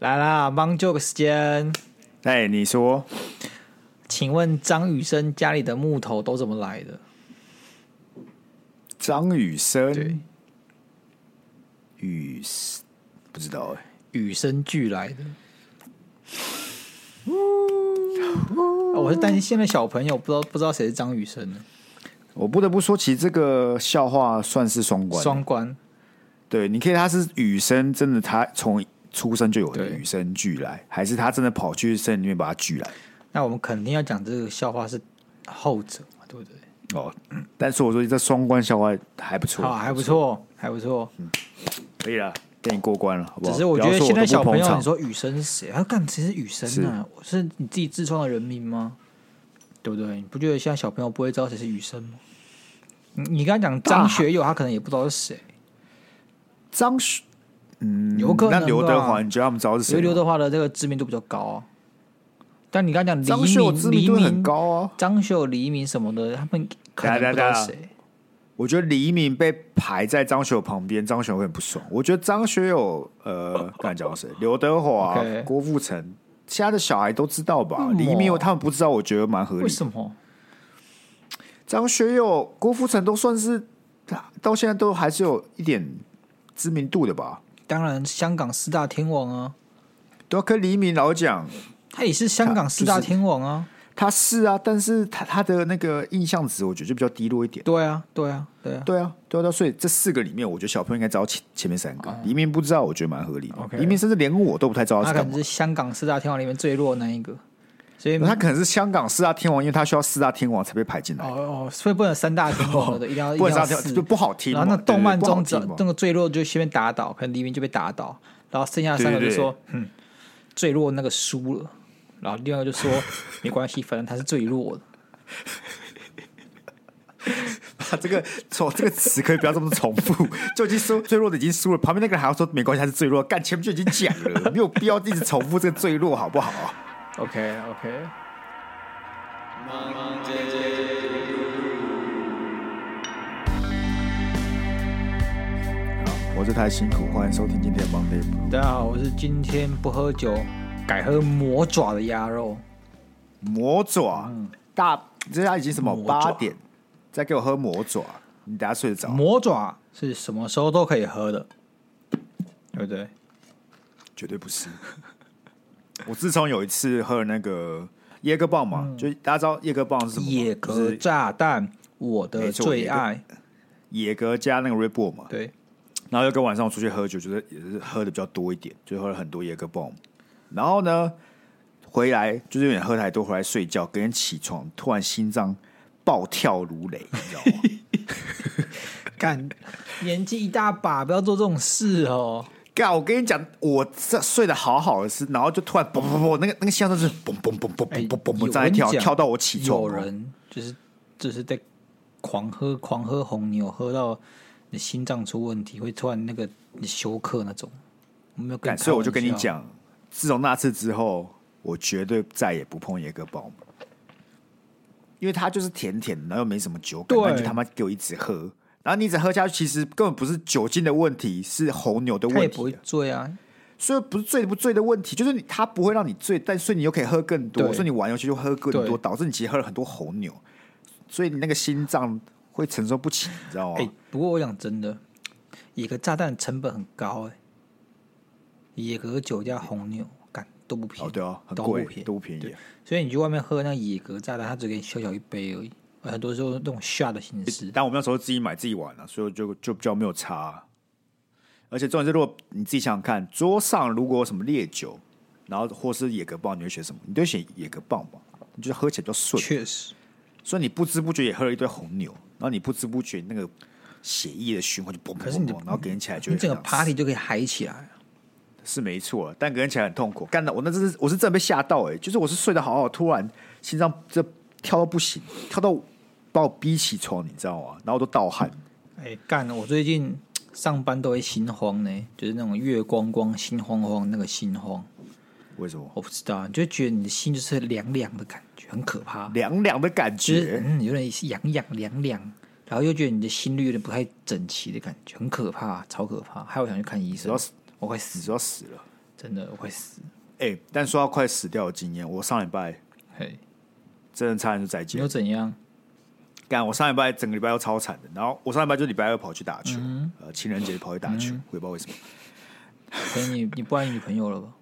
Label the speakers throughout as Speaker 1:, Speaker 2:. Speaker 1: 来啦，帮 joke 时间，
Speaker 2: 哎，你说
Speaker 1: 请问张雨生家里的木头都怎么来的？
Speaker 2: 张雨
Speaker 1: 对
Speaker 2: 生，雨 s- 不知道哎、
Speaker 1: 与生俱来的。哦我是担心现在小朋友不知道不知道谁是张雨生呢，
Speaker 2: 我不得不说，其实这个笑话算是双关。
Speaker 1: 双关
Speaker 2: 对，你可以他是雨生，真的他从出生就有
Speaker 1: 对
Speaker 2: 与生俱来，还是他真的跑去森林里面把它聚来？
Speaker 1: 那我们肯定要讲这个笑话是后者嘛，对不对？
Speaker 2: 哦，嗯但是我说这双关笑话还不错，
Speaker 1: 好，啊还不错，还不错。
Speaker 2: 可以了，给你过关了，好不
Speaker 1: 只
Speaker 2: 好？
Speaker 1: 是我觉
Speaker 2: 不
Speaker 1: 得
Speaker 2: 要说
Speaker 1: 现在
Speaker 2: 都不
Speaker 1: 小朋
Speaker 2: 捧
Speaker 1: 友，
Speaker 2: 场
Speaker 1: 你说雨生是谁？他干谁是雨生啊？我是你自己自创的人名吗？对不对？你不觉得现在小朋友不会知道谁是雨生吗？你你刚才讲张学友，他可能也不知道是谁，
Speaker 2: 张学，嗯，
Speaker 1: 有可能
Speaker 2: 那刘德
Speaker 1: 吧
Speaker 2: 华，你觉得他们知道是
Speaker 1: 因
Speaker 2: 谁啊
Speaker 1: 为
Speaker 2: 吗？
Speaker 1: 刘德华的这个知名度比较高啊。但你刚才讲
Speaker 2: 张
Speaker 1: 黎
Speaker 2: 学友
Speaker 1: 明、
Speaker 2: 知名
Speaker 1: 黎
Speaker 2: 度
Speaker 1: 明
Speaker 2: 很高啊。
Speaker 1: 张学友、黎明什么的，他们可能不知
Speaker 2: 等
Speaker 1: 道
Speaker 2: 一下等一下
Speaker 1: 谁。
Speaker 2: 我觉得黎明被排在张学友旁边，张学友会很不爽。我觉得张学友，呃， 刚才讲到谁？刘德华、
Speaker 1: OK
Speaker 2: 郭富城，现在的小孩都知道吧？
Speaker 1: 为什么
Speaker 2: 黎明他们不知道，我觉得蛮合理
Speaker 1: 为
Speaker 2: 的。
Speaker 1: 什么？
Speaker 2: 张学友、郭富城都算是到现在都还是有一点知名度的吧？
Speaker 1: 当然，香港四大天王啊，
Speaker 2: 对啊，跟黎明老讲
Speaker 1: 他也是香港四大天王啊。
Speaker 2: 他是啊，但是他他的那个印象值，我觉得就比较低落一点。
Speaker 1: 对啊，对啊，对啊。
Speaker 2: 对啊，对啊，对啊所以这四个里面，我觉得小朋友应该知道前前面三个。黎明不知道，我觉得蛮合理的。
Speaker 1: 哦 OK
Speaker 2: 黎明甚至连我都不太知道
Speaker 1: 他
Speaker 2: 他哦
Speaker 1: 可
Speaker 2: 是干嘛
Speaker 1: 能。是香港四大天王里面最弱的那一个，所以
Speaker 2: 他可能是香港四大天王，因为他需要四大天王才被排进
Speaker 1: 哦
Speaker 2: 来，
Speaker 1: 哦，所以不能有三大天王的，一定要
Speaker 2: 不然
Speaker 1: 一定要
Speaker 2: 四大天
Speaker 1: 四
Speaker 2: 王就不好听
Speaker 1: 然
Speaker 2: 嘛。
Speaker 1: 后那动漫
Speaker 2: 对
Speaker 1: 中
Speaker 2: 对
Speaker 1: 只
Speaker 2: 对不好
Speaker 1: 那
Speaker 2: 听嘛
Speaker 1: 个最弱就先被打倒，可能黎明就被打倒，然后剩下三个
Speaker 2: 对
Speaker 1: 就
Speaker 2: 对对
Speaker 1: 说，嗯，最弱那个输了，然后另外一个 就说没关系，反正他是最弱的。
Speaker 2: 他这个从这个词可以不要这么重复，就已经输最弱的已经输了，旁边那个人还要说没关系，他是最弱，干前面就已经讲了，没有必要一直重复这个最弱，好不好啊？
Speaker 1: OK OK，
Speaker 2: 我这台辛苦，欢迎收听今天的 Monday Blue
Speaker 1: 大家好，我是今天不喝酒，改喝魔爪的鸭
Speaker 2: 哦
Speaker 1: 肉。
Speaker 2: 魔爪，大这家已经什么
Speaker 1: 嗯魔爪
Speaker 2: 八点，再给我喝魔爪，你等下睡得着，啊
Speaker 1: 魔爪是什么时候都可以喝的，对不对？
Speaker 2: 绝对不是。 我自从有一次喝了那个椰哥棒嘛，就大家知道椰哥棒是什么
Speaker 1: 嗯
Speaker 2: 吗？
Speaker 1: 野
Speaker 2: 就
Speaker 1: 格
Speaker 2: 是
Speaker 1: 炸弹，我的
Speaker 2: 没错
Speaker 1: 最
Speaker 2: 野格
Speaker 1: 爱。
Speaker 2: 野格加那个 Red Bull 嘛，
Speaker 1: 对，
Speaker 2: 然后又跟晚上我出去喝酒，就是也是喝的比较多一点，就喝了很多野格 bomb。然后呢，回来就是有点喝太多，回来睡觉，隔天起床突然心脏暴跳如雷，你知道吗？
Speaker 1: 干，年纪一大把，不要做这种事哦。
Speaker 2: 干，我跟你讲，我这睡得好好的是，然后就突然嘣嘣嘣，那个那个心脏就是嘣嘣嘣嘣
Speaker 1: 哎
Speaker 2: 嘣嘣
Speaker 1: 有
Speaker 2: 嘣在跳，
Speaker 1: 人讲
Speaker 2: 跳到我起床
Speaker 1: 有
Speaker 2: 哦。
Speaker 1: 人就是就是在狂喝狂喝红牛，喝到你心脏出问题，会突然那个你休克那种。我没有跟你开
Speaker 2: 干，
Speaker 1: 玩笑，
Speaker 2: 所以我就跟你讲，自从那次之后，我绝对再也不碰野格堡，因为它就是甜甜的，然后又没什么酒感，
Speaker 1: 对
Speaker 2: 那你就他妈给我一直喝，然后你一直喝下去，其实根本不是酒精的问题，是红牛的
Speaker 1: 他也
Speaker 2: 问
Speaker 1: 不会
Speaker 2: 题啊，
Speaker 1: 醉啊。
Speaker 2: 所以不是醉不醉的问题，就是你它不会让你醉，但所以你又可以喝更多，
Speaker 1: 对
Speaker 2: 所以你玩游戏就喝更
Speaker 1: 对
Speaker 2: 多，导致你其实喝了很多红牛，所以你那个心脏会承受不起，你知道吗？
Speaker 1: 哎、不过我讲真的，野格炸弹成本很高哎、野格酒加红牛，干都不便宜，
Speaker 2: 哦，对哦，很
Speaker 1: 都
Speaker 2: 贵
Speaker 1: 不便，宜
Speaker 2: 都不便宜啊
Speaker 1: 对。所以你去外面喝那野格炸弹，它只给你小小一杯而已，很多时候那种 shot 的形式。
Speaker 2: 但我们那时候自己买自己玩了、啊所以就就比较没有差、啊而且重点是，如果你自己想想看，桌上如果有什么烈酒，然后或是野格棒，你会选什么？你就选野格棒吧，你就喝起来比较顺。
Speaker 1: 确实，
Speaker 2: 所以你不知不觉也喝了一堆红牛，然后你不知不觉那个血液的循环就嘣嘣
Speaker 1: 可是你
Speaker 2: 嘣
Speaker 1: 的
Speaker 2: 嘣，然后给人起来就
Speaker 1: 你
Speaker 2: 会
Speaker 1: 整个
Speaker 2: 很想死
Speaker 1: party 就可以嗨起来。
Speaker 2: 是没错，啊但给人起来很痛苦。干的我那真是我是真的被吓到哎、就是我是睡得好好，突然心脏这跳到不行，跳到把我逼起床，你知道吗？然后我都盗汗。
Speaker 1: 哎、干！我最近上班都会心慌呢，就是那种月光光、心慌慌那个心慌，
Speaker 2: 为什么？
Speaker 1: 我不知道，你就觉得你的心就是凉凉的感觉，很可怕，
Speaker 2: 凉凉的感
Speaker 1: 就是
Speaker 2: 觉。
Speaker 1: 嗯有点痒痒凉凉，然后又觉得你的心率有点不太整齐的感觉，很可怕，超可怕。还有想去看医
Speaker 2: 主
Speaker 1: 生
Speaker 2: 要是，
Speaker 1: 我快
Speaker 2: 你
Speaker 1: 死了。
Speaker 2: 说要死了，
Speaker 1: 真的我会死。
Speaker 2: 哎、但说到快死掉的经验，我上礼拜
Speaker 1: 嘿，
Speaker 2: 真的差点就再
Speaker 1: 你
Speaker 2: 见
Speaker 1: 又。怎样？
Speaker 2: 干，我上礼拜整个礼拜都超惨的，然后我上礼拜就礼拜二跑去打球，
Speaker 1: 嗯
Speaker 2: 呃，情人节跑去打球，我也不知道为什么。
Speaker 1: 所以你你不爱你女朋友了吧？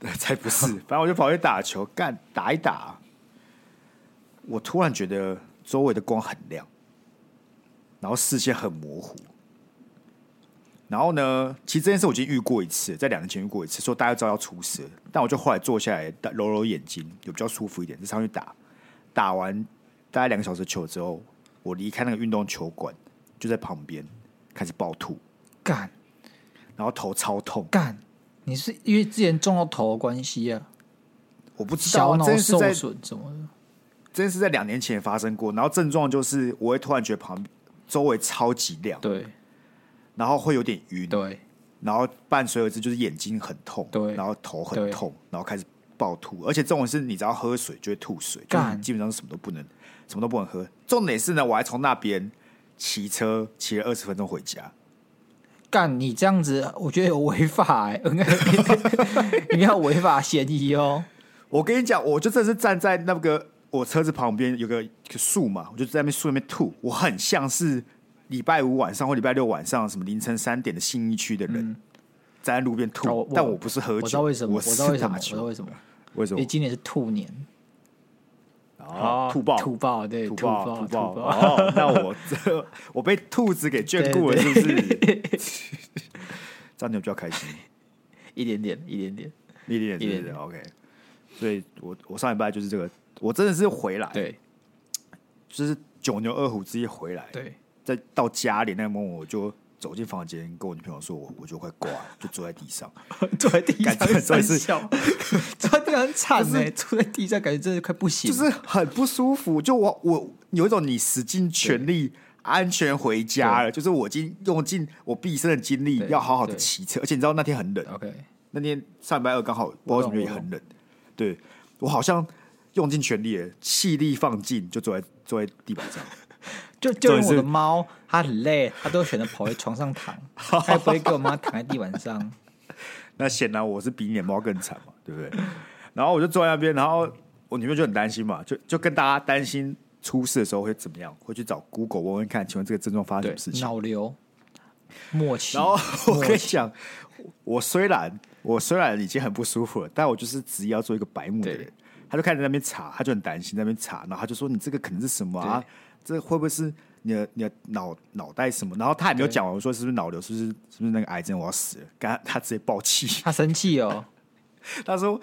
Speaker 2: 才不是，反正我就跑去打球，干打一打，我突然觉得周围的光很亮，然后视线很模糊。然后呢，其实这件事我已经遇过一次，在两年前遇过一次，说大家知道要出事了，但我就后来坐下来揉揉眼睛，有比较舒服一点，就上去打。打完大概两个小时球之后，我离开那个运动球馆，就在旁边开始暴吐，
Speaker 1: 干
Speaker 2: 然后头超痛。
Speaker 1: 干，你是因为之前中到头的关系啊，
Speaker 2: 我不知道、
Speaker 1: 小
Speaker 2: 啊，
Speaker 1: 脑
Speaker 2: 这件事
Speaker 1: 受
Speaker 2: 在
Speaker 1: 损什么的，
Speaker 2: 这件事在两年前也发生过，然后症状就是我会突然觉得旁周围超级亮，
Speaker 1: 对
Speaker 2: 然后会有点晕，
Speaker 1: 对
Speaker 2: 然后伴随而至就是眼睛很痛，
Speaker 1: 对
Speaker 2: 然后头很
Speaker 1: 对
Speaker 2: 痛，然后开始爆吐，而且这种是你只要喝水就会吐水，就
Speaker 1: 干
Speaker 2: 是你基本上什么都不能，什么都不能喝。重点是呢，我还从那边骑车骑了二十分钟回家，
Speaker 1: 干，你这样子我觉得有违法哎、欸，你要违法嫌疑 哦。
Speaker 2: 我跟你讲，我就真的是站在那个我车子旁边有个一个树嘛，我就在那边树那边吐，我很像是礼拜五晚上或礼拜六晚上什么凌晨三点的信义区的人，站在路边
Speaker 1: 嗯哦
Speaker 2: 吐
Speaker 1: 我，
Speaker 2: 但我不是
Speaker 1: 我
Speaker 2: 喝酒，
Speaker 1: 知道为什么，我知道为
Speaker 2: 是
Speaker 1: 什么，
Speaker 2: 打
Speaker 1: 我知道
Speaker 2: 球，
Speaker 1: 为什么，
Speaker 2: 为什
Speaker 1: 因
Speaker 2: 么
Speaker 1: 为？今年是兔年，
Speaker 2: 哦吐爆，
Speaker 1: 吐爆，对，
Speaker 2: 吐
Speaker 1: 爆，
Speaker 2: 吐
Speaker 1: 吐
Speaker 2: 爆！，哦，那我这我被兔子给眷顾了，是不是？ 这样你有比较开心，
Speaker 1: 一点点，一点点，
Speaker 2: 一点
Speaker 1: 一
Speaker 2: 点，
Speaker 1: 点
Speaker 2: 对
Speaker 1: 点
Speaker 2: o k 所以我我上礼拜就是这个，我真的是回来，
Speaker 1: 对
Speaker 2: 就是九牛二虎之一回来，
Speaker 1: 对，
Speaker 2: 在到家里那个 moment，我就走进房间，跟我女朋友说我我就快挂 了，就坐在地上。
Speaker 1: 坐在地上
Speaker 2: 感觉
Speaker 1: 三
Speaker 2: 真是
Speaker 1: 笑，坐在地上很惨哎，坐在地上感觉真的快不行
Speaker 2: 就
Speaker 1: 了，
Speaker 2: 是很不舒服。就我我有一种你使尽全力安全回家了，就是我已经用尽我毕生的精力
Speaker 1: 对
Speaker 2: 要好好的
Speaker 1: 对哦
Speaker 2: 骑车，而且你知道那天很冷，
Speaker 1: OK，
Speaker 2: 那天上礼拜二刚好不知道为什么也很冷，对我好像用尽全力了，气力放尽，就坐在坐在地板上。
Speaker 1: 就就连
Speaker 2: 重点
Speaker 1: 我
Speaker 2: 是
Speaker 1: 的猫，它很累，它都选择跑回床上 躺，它也不会跟我妈躺在地板上。
Speaker 2: 哎那显然我是比你的猫更惨嘛，对不对？ 然后我就坐在那边，然后我女朋友就很担心嘛，就就跟大家担心出事的时候会怎么样，会去找 Google 问问看，请问这个症状发生什
Speaker 1: 对
Speaker 2: 么事，情？
Speaker 1: 脑瘤，默契。
Speaker 2: 然后 我
Speaker 1: 默
Speaker 2: 跟你
Speaker 1: 契
Speaker 2: 讲，我虽然我虽然已经很不舒服了，但我就是执意要做一个白目的人
Speaker 1: 对。
Speaker 2: 他就开始在那边查，他就很担心在那边查，然后他就说：“你这个可能是什么啊
Speaker 1: 对？
Speaker 2: 这会不会是你的你的脑脑袋什么？”然后他也没有讲完，我说：“是不是脑瘤？是不是是不是那个癌症？我要死了！”刚他直接爆气，
Speaker 1: 他生气 哦，
Speaker 2: 他说：“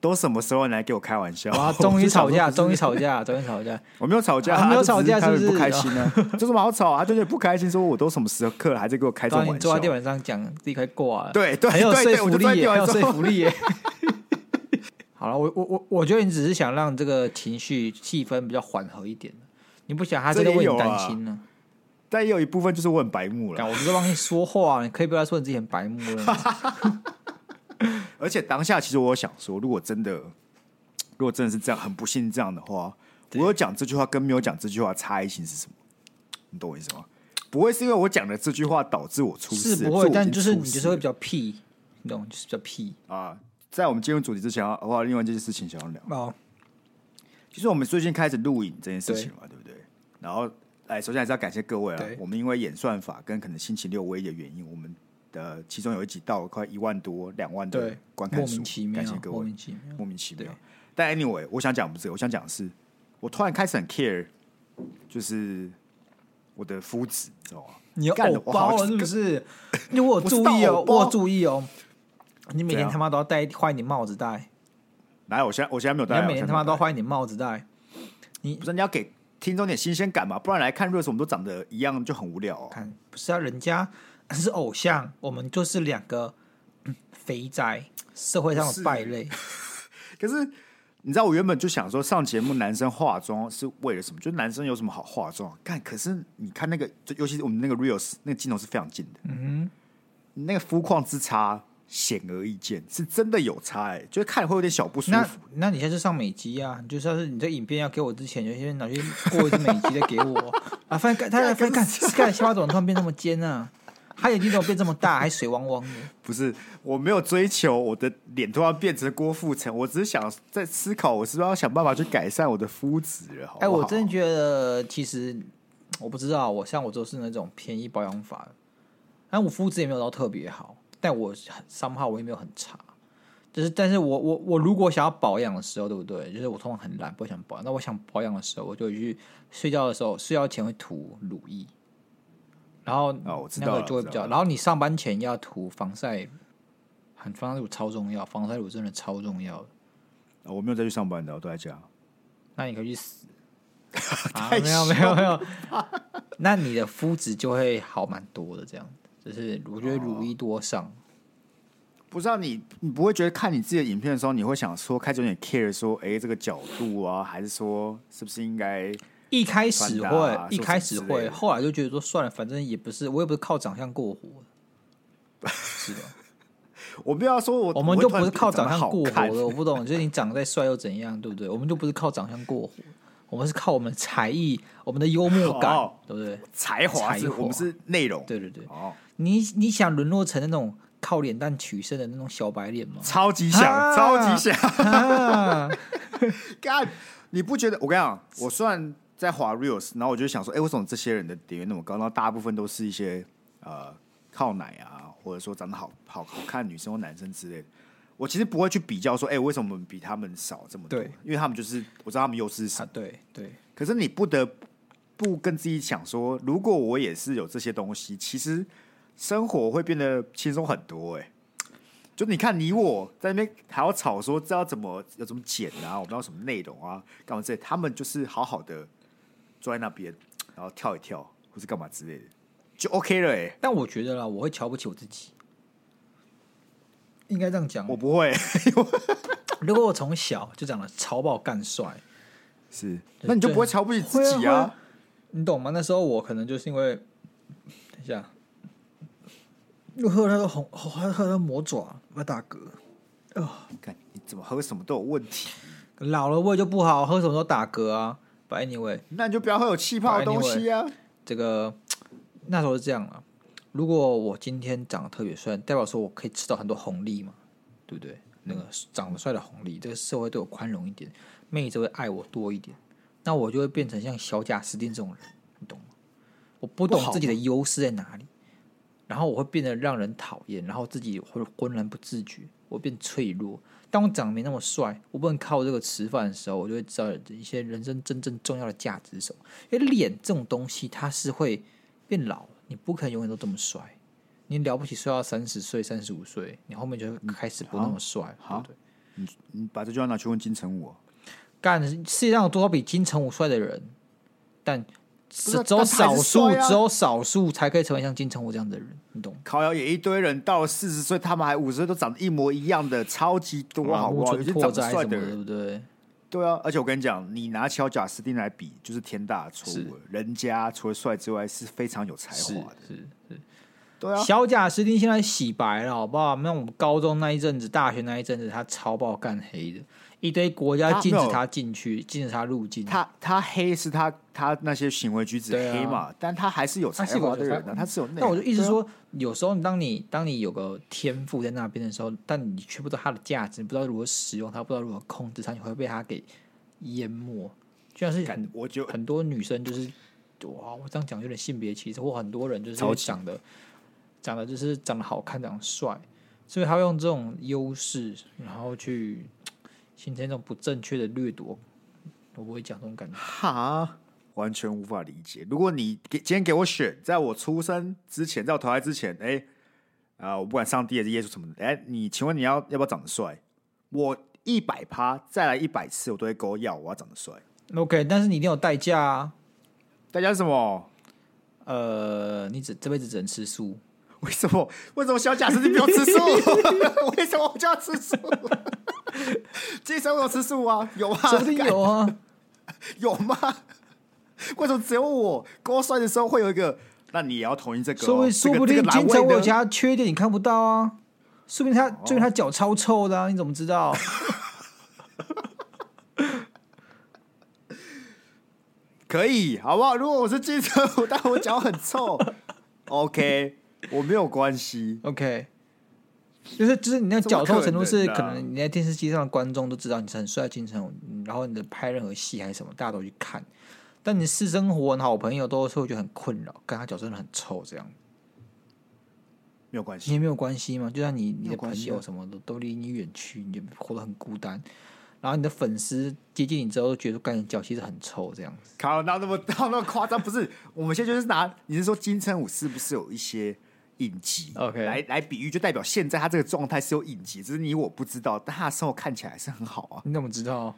Speaker 2: 都什么时候你来给我开玩笑？”
Speaker 1: 哇，终于吵架，终
Speaker 2: 于
Speaker 1: 于吵架，终于吵架。
Speaker 2: 我没有吵架，
Speaker 1: 啊没有
Speaker 2: 他就只
Speaker 1: 吵架
Speaker 2: 他
Speaker 1: 是不是
Speaker 2: 不开 心呢？这有什么好吵啊？他就是不开心，说我都什么时刻了，还在给我开这
Speaker 1: 当
Speaker 2: 种
Speaker 1: 你
Speaker 2: 玩
Speaker 1: 坐
Speaker 2: 笑
Speaker 1: 在地。板上讲自己快挂了，
Speaker 2: 对对
Speaker 1: 很有
Speaker 2: 对
Speaker 1: 说
Speaker 2: 对
Speaker 1: 服
Speaker 2: 我就坐在
Speaker 1: 力耶，
Speaker 2: 地板
Speaker 1: 很有
Speaker 2: 上
Speaker 1: 说服力 耶。好了，我我我我觉得你只是想让这个情绪气氛比较缓和一点，你不想他真的为
Speaker 2: 这也
Speaker 1: 你
Speaker 2: 有啊
Speaker 1: 担心 呢、
Speaker 2: 但也有一部分就是我很白目了
Speaker 1: 干，，我不是帮你说话，你可以不要说你自己很白目了吗。
Speaker 2: 而且当下其实我有想说，如果真的，如果真的是这样，很不幸这样的话，我有讲这句话跟没有讲这句话差异性是什么？你懂我意思吗？不会是因为我讲的这句话导致我出事，
Speaker 1: 是不会，但
Speaker 2: 就
Speaker 1: 就是你就是会比较屁，你懂，就是比较屁。
Speaker 2: 啊。在我们进入主题之前，我有另外一件事情想要聊。
Speaker 1: 哦，
Speaker 2: 其实我们最近开始录影这件事情嘛，对不对？然后，哎，首先还是要感谢各位啊
Speaker 1: 对。
Speaker 2: 我们因为演算法跟可能星期六唯一的原因，我们的其中有一集到了快一万多、两万的
Speaker 1: 对，
Speaker 2: 观看
Speaker 1: 莫
Speaker 2: 数
Speaker 1: 名其，妙
Speaker 2: 感谢，各
Speaker 1: 莫
Speaker 2: 位。
Speaker 1: 名其妙。
Speaker 2: 莫名其妙
Speaker 1: 对。
Speaker 2: 但 anyway，我想讲不是这个，我想讲的是，我突然开始很 care，就是我的肤质，你知道吗？
Speaker 1: 你要
Speaker 2: 干
Speaker 1: 偶
Speaker 2: 我
Speaker 1: 包
Speaker 2: 好
Speaker 1: 了是不 是？因为我有注意
Speaker 2: 到
Speaker 1: 哦
Speaker 2: 偶，包
Speaker 1: 我有注意哦，你每
Speaker 2: 怎
Speaker 1: 天
Speaker 2: 样
Speaker 1: 他妈都要戴换一顶帽子戴，
Speaker 2: 哪有？我现在我现在没有
Speaker 1: 你
Speaker 2: 戴啊，
Speaker 1: 要每
Speaker 2: 我现
Speaker 1: 天
Speaker 2: 在
Speaker 1: 他妈
Speaker 2: 没有
Speaker 1: 都
Speaker 2: 戴
Speaker 1: 要换一顶帽子戴。
Speaker 2: 不是你要给听众点新鲜感嘛？不然来看 Rose，我们都长得一样，就很无聊、哦。
Speaker 1: 看，不是啊，人家是偶像，我们就是两个嗯肥宅，社会上的败类。
Speaker 2: 可是你知道，我原本就想说，上节目男生化妆是为了什么？就是男生有什么好化妆？干，可是你看那个，就尤其是我们那个 reels，那个镜头是非常近的，嗯哼，那个肤况之差显而易见，是真的有差哎、就是看会有点小不舒
Speaker 1: 那
Speaker 2: 服。
Speaker 1: 那你下次上美肌啊，你就是要是你这影片要给我之前，就先拿去过一次美肌再给我 啊。发现干他
Speaker 2: 干
Speaker 1: 发现
Speaker 2: 可
Speaker 1: 干，干下巴怎么突然变那么尖啊？他眼睛怎么变这么大，还水汪汪的？
Speaker 2: 不是，我没有追求我的脸突然变成郭富城，我只是想在思考，我是不是要想办法去改善我的肤质了？好不
Speaker 1: 哎，
Speaker 2: 好
Speaker 1: 我真的觉得其实我不知道，我像我都是那种便宜保养法的，但我肤质也没有到特别好，但我三号我也没有很差，就是但是我我我如果想要保养的时候，对不对？就是我通常很懒，不会想保养。那我想保养的时候，我就会去睡觉的时候，睡觉前会涂乳液，然后
Speaker 2: 哦我知
Speaker 1: 那
Speaker 2: 道
Speaker 1: 个
Speaker 2: 了
Speaker 1: 就会比
Speaker 2: 知道
Speaker 1: 较。
Speaker 2: 了
Speaker 1: 然后你上班前要涂防晒，很防晒乳超重要，防晒乳真的超重要的。
Speaker 2: 哦我没有再去上班的，我都在家。
Speaker 1: 那你可以去 死。啊，
Speaker 2: 太
Speaker 1: 没有没有没有，那你的肤质就会好蛮多的，这样就是我觉得如一多上，
Speaker 2: 哦不知道你，你不会觉得看你自己的影片的时候，你会想说开始有点 care 说，哎、这个角度啊，还是说是不是应该？
Speaker 1: 一开始
Speaker 2: 穿搭啊
Speaker 1: 会，一开始
Speaker 2: 什么之类
Speaker 1: 会，
Speaker 2: 的
Speaker 1: 后来就觉得说算了，反正也不是我也不是靠长相过活的， 是的，
Speaker 2: 我不要说我，
Speaker 1: 我们
Speaker 2: 会
Speaker 1: 就
Speaker 2: 突
Speaker 1: 不
Speaker 2: 然
Speaker 1: 是靠
Speaker 2: 变
Speaker 1: 长
Speaker 2: 得
Speaker 1: 相
Speaker 2: 好
Speaker 1: 过活
Speaker 2: 看
Speaker 1: 的，我不懂， 就是你长得再帅又怎样，对不对？我们就不是靠长相过活，我们是靠我们的才艺、我们的幽默感，
Speaker 2: 哦
Speaker 1: 对不对？
Speaker 2: 才华是，
Speaker 1: 才华
Speaker 2: 我们是内容。
Speaker 1: 对对对，
Speaker 2: 哦，
Speaker 1: 你你想沦落成那种靠脸蛋取胜的那种小白脸吗？
Speaker 2: 超级想，
Speaker 1: 啊
Speaker 2: 超级想。
Speaker 1: 啊
Speaker 2: 干，你不觉得？我跟你讲，我虽然在滑 reels，然后我就想说，哎、为什么这些人的点阅那么高？然后大部分都是一些呃靠奶啊，或者说长得好好好看的女生或男生之类的。我其实不会去比较说，哎、为什么我们比他们少这么多？
Speaker 1: 对
Speaker 2: 因为他们就是我知道他们优势是什
Speaker 1: 啊
Speaker 2: 么。，
Speaker 1: 对对，
Speaker 2: 可是你不得不跟自己想说，如果我也是有这些东西，其实生活会变得轻松很多、哎，就你看你我在那边还要吵说这要怎么要怎么剪啊，我们要什么内容啊，干嘛之类，他们就是好好的坐在那边，然后跳一跳或是干嘛之类的，就 OK 了、哎，
Speaker 1: 但我觉得啦，我会瞧不起我自己，应该这样讲
Speaker 2: 我。不会
Speaker 1: 如果我从小就长得超爆干帅，
Speaker 2: 是， 那你就不会瞧不起自己
Speaker 1: 会啊会
Speaker 2: 啊
Speaker 1: 啊？你懂吗？那时候我可能就是因为，等一下，又喝那个红，哦还喝那个魔爪，我打嗝。
Speaker 2: 看你怎么喝什么都有问题，
Speaker 1: 老了胃就不好，喝什么都打嗝啊。But anyway，
Speaker 2: 那你就不要喝有气泡的东西啊。
Speaker 1: 这个那时候是这样啊。如果我今天长得特别帅，代表说我可以吃到很多红利嘛，对不对？那个长得帅的红利，这个社会对我宽容一点，妹子会爱我多一点，那我就会变成像小贾斯汀这种人，你懂吗？我不懂
Speaker 2: 不好
Speaker 1: 自己的优势在哪里，然后我会变得让人讨厌，然后自己会浑然不自觉，我变脆弱。当我长得没那么帅，我不能靠这个吃饭的时候，我就会知道一些人生真正重要的价值是什么。因为脸这种东西，它是会变老，你不可能永远都这么帅。你了不起帅到三十岁、三十五岁，你后面就会开始不那么帅，对
Speaker 2: 嗯好
Speaker 1: 不对？
Speaker 2: 你把这句话拿去问金城武啊、
Speaker 1: 干，世界上有多少比金城武帅的人？但
Speaker 2: 是
Speaker 1: 只
Speaker 2: 啊
Speaker 1: 只有
Speaker 2: 但他还
Speaker 1: 少
Speaker 2: 是
Speaker 1: 数，
Speaker 2: 帅啊
Speaker 1: 只有少数才可以成为像金城武这样的人，你懂吗？
Speaker 2: 烤窑也一堆人到了四十岁，他们还五十岁都长得一模一样的，超级多，好不
Speaker 1: 木
Speaker 2: 好？
Speaker 1: 村
Speaker 2: 有些
Speaker 1: 拓
Speaker 2: 长得
Speaker 1: 哉
Speaker 2: 帅
Speaker 1: 什么的，
Speaker 2: 的
Speaker 1: 对
Speaker 2: 人，
Speaker 1: 不对？
Speaker 2: 对啊。而且我跟你讲，你拿乔贾斯汀来比，就是天大的错误了。人家除了帅之外，是非常有才
Speaker 1: 是
Speaker 2: 华的，
Speaker 1: 是。
Speaker 2: 对啊。
Speaker 1: 小贾斯汀现在洗白了，好不好？那我们高中那一阵子、大学那一阵子，他超爆干黑的，一堆国家禁
Speaker 2: 啊他没
Speaker 1: 止
Speaker 2: 有
Speaker 1: 他进去，禁止他入境。
Speaker 2: 他他黑是他他那些行为举止
Speaker 1: 对啊
Speaker 2: 黑嘛，但他还是有才
Speaker 1: 他是有
Speaker 2: 华的人
Speaker 1: 才华，
Speaker 2: 啊他是有内涵。
Speaker 1: 那我就一直
Speaker 2: 对啊，
Speaker 1: 说，有时候当你当你有个天赋在那边的时候，但你却不知道它的价值，你不知道如何使用它，不知道如何控制它，你会被它给淹没。就像是
Speaker 2: 干
Speaker 1: 很
Speaker 2: 我就
Speaker 1: 很多女生就是，哇，我这样讲有点性别歧视，或很多人就
Speaker 2: 超
Speaker 1: 是
Speaker 2: 级
Speaker 1: 长得长得就是长得好看，长得帅，所以他会用这种优势，然后去形成一种不正确的掠夺。我不会讲这种感觉。
Speaker 2: 哈，完全无法理解。如果你给今天给我选，在我出生之前，在我投胎之前，哎、啊、我不管上帝还是耶稣什么的，哎、你请问你要要不要长得帅？我一百趴再来一百次，我都会勾要，我要长得帅。
Speaker 1: OK，但是你一定有代价啊。
Speaker 2: 大家是什么？
Speaker 1: 呃，你只这辈子只能吃素。
Speaker 2: 为什么？为什么小贾斯汀不用吃 素？为什么我就要吃素？金生有吃素啊？有 啊，
Speaker 1: 说不定有啊。
Speaker 2: 有吗？为什么只有我勾帅的时候会有一个？那你也要同意这个、哦？
Speaker 1: 说不定
Speaker 2: 这
Speaker 1: 说
Speaker 2: 个
Speaker 1: 不
Speaker 2: 这
Speaker 1: 定
Speaker 2: 个栏
Speaker 1: 金
Speaker 2: 位
Speaker 1: 城武有
Speaker 2: 呢
Speaker 1: 其他缺点你看不到啊，说不定他说不定他脚超臭的、啊，你怎么知 道？
Speaker 2: 可以，好不好？如果我是金城武，但我脚很臭，OK，我没有关系。
Speaker 1: OK，就是就是你那
Speaker 2: 怎
Speaker 1: 脚
Speaker 2: 么
Speaker 1: 痛程度是
Speaker 2: 可能啊
Speaker 1: 可能你在电视机上的观众都知道你是很帅的金城武，嗯然后你的拍任何戏还是什么，大家都去看。但你私生活，你好朋友都是会觉得很困扰，跟他脚真的很臭这样。
Speaker 2: 嗯没有关
Speaker 1: 你
Speaker 2: 系，
Speaker 1: 也没有关系嘛，就像你你
Speaker 2: 没有
Speaker 1: 的
Speaker 2: 关
Speaker 1: 朋
Speaker 2: 系啊
Speaker 1: 友什么的都离你远去，你就活得很孤单。然后你的粉丝接近你之后，都觉得干你脚其实很臭这样子。
Speaker 2: 卡尔哪有那么哪有那么夸张？不是，我们现在就是拿你是说金城武是不是有一些隐疾
Speaker 1: OK
Speaker 2: 来来比喻，就代表现在他这个状态是有隐疾，只是你我不知道，但他的生活看起来还是很好啊。
Speaker 1: 你怎么知道？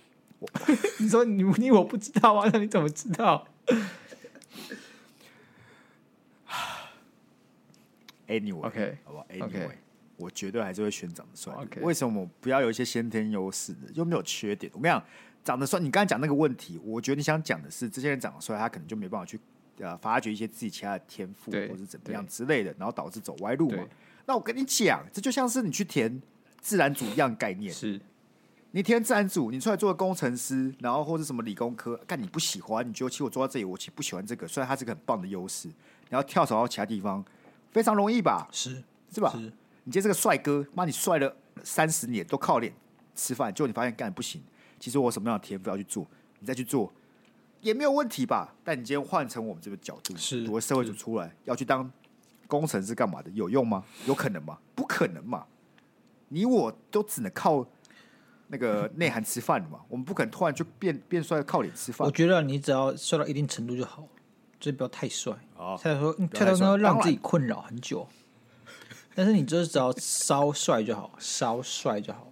Speaker 1: 你说你你我不知道啊，那你怎么知道？
Speaker 2: Anyway，、
Speaker 1: OK
Speaker 2: 好不好
Speaker 1: OK
Speaker 2: ？Anyway，、我绝对还是会选长得帅的。
Speaker 1: OK
Speaker 2: 为什么不要有一些先天优势的，又没有缺点？我跟你讲，长得帅，你刚才讲那个问题，我觉得你想讲的是，这些人长得帅，他可能就没办法去呃发掘一些自己其他的天赋，
Speaker 1: 对
Speaker 2: 或者怎么样
Speaker 1: 对
Speaker 2: 之类的，然后导致走歪路嘛
Speaker 1: 对。
Speaker 2: 那我跟你讲，这就像是你去填自然组一样概念，
Speaker 1: 是
Speaker 2: 你填自然组，你出来做个工程师，然后或者什么理工科，干你不喜欢，你觉得其实我做到这里，我其实不喜欢这个，虽然它是个很棒的优势，然后跳槽到其他地方非常容易吧？
Speaker 1: 是
Speaker 2: 是吧？
Speaker 1: 是
Speaker 2: 你今天是个帅哥，妈你帅了三十年都靠脸吃饭，结果你发现干不行，其实我有什么样的天赋要去做，你再去做也没有问题吧？但你今天换成我们这个角度，
Speaker 1: 是
Speaker 2: 读了社会组出来要去当工程师干嘛的，有用吗？有可能吗？不可能嘛！你我都只能靠那个内涵吃饭的 嘛，我们不可能突然就变变帅靠脸吃
Speaker 1: 我
Speaker 2: 饭。
Speaker 1: 觉得你只要帅到一定程度就好，就是不要太帅。
Speaker 2: 哦
Speaker 1: 太帅说嗯
Speaker 2: 不
Speaker 1: 太
Speaker 2: 要太
Speaker 1: 帅说
Speaker 2: 帅当
Speaker 1: 让
Speaker 2: 然
Speaker 1: 自己困扰很久。但是你就是只要稍帅就好，稍帅就好。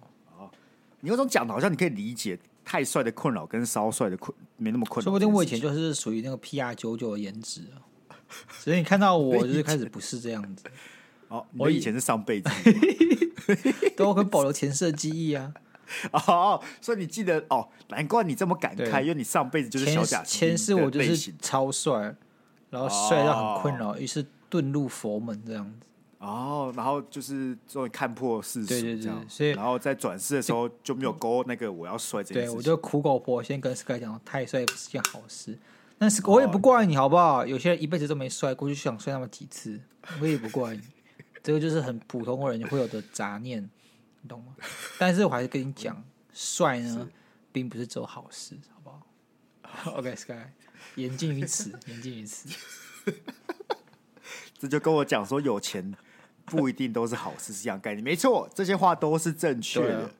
Speaker 2: 你有种讲的好像你可以理解太帅的困扰跟稍帅的困没那么困扰
Speaker 1: 说
Speaker 2: 这
Speaker 1: 不
Speaker 2: 件事情，
Speaker 1: 定我以前就是属于那个 PR 九九的颜值啊，所以你看到我就是开始不是这 样子，
Speaker 2: 哦，你
Speaker 1: 我
Speaker 2: 的
Speaker 1: 以
Speaker 2: 以前是上辈子。
Speaker 1: 都会保留前世的记忆啊。
Speaker 2: 哦，所以你记得哦，难怪你这么感慨，
Speaker 1: 对
Speaker 2: 因为你上辈子就是小
Speaker 1: 前
Speaker 2: 贾斯汀
Speaker 1: 前世我就
Speaker 2: 的类
Speaker 1: 是
Speaker 2: 型
Speaker 1: 超帅，然后帅到很困扰，于是遁入佛门这样子。
Speaker 2: 哦，然后就是终于看破世
Speaker 1: 对
Speaker 2: 俗
Speaker 1: 对对
Speaker 2: 这样，
Speaker 1: 所以
Speaker 2: 然后在转世的时候就没有勾那个我要帅这件
Speaker 1: 对，
Speaker 2: 事
Speaker 1: 我
Speaker 2: 情。
Speaker 1: 就苦口婆心跟 Sky 讲，太帅不是件好事。但
Speaker 2: 哦
Speaker 1: 是我也不怪你好不好？有些人一辈子都没帅过，就想帅那么几次，我也不怪你。这个就是很普通人会有的杂念，你懂吗？但是我还是跟你讲，帅呢，并不是只有好事，好不好 ？OK，Sky，、言尽于此，言尽于此。
Speaker 2: 这就跟我讲说有钱不一定都是好事是一样概念，没错，这些话都是正确
Speaker 1: 对
Speaker 2: 的
Speaker 1: 啊。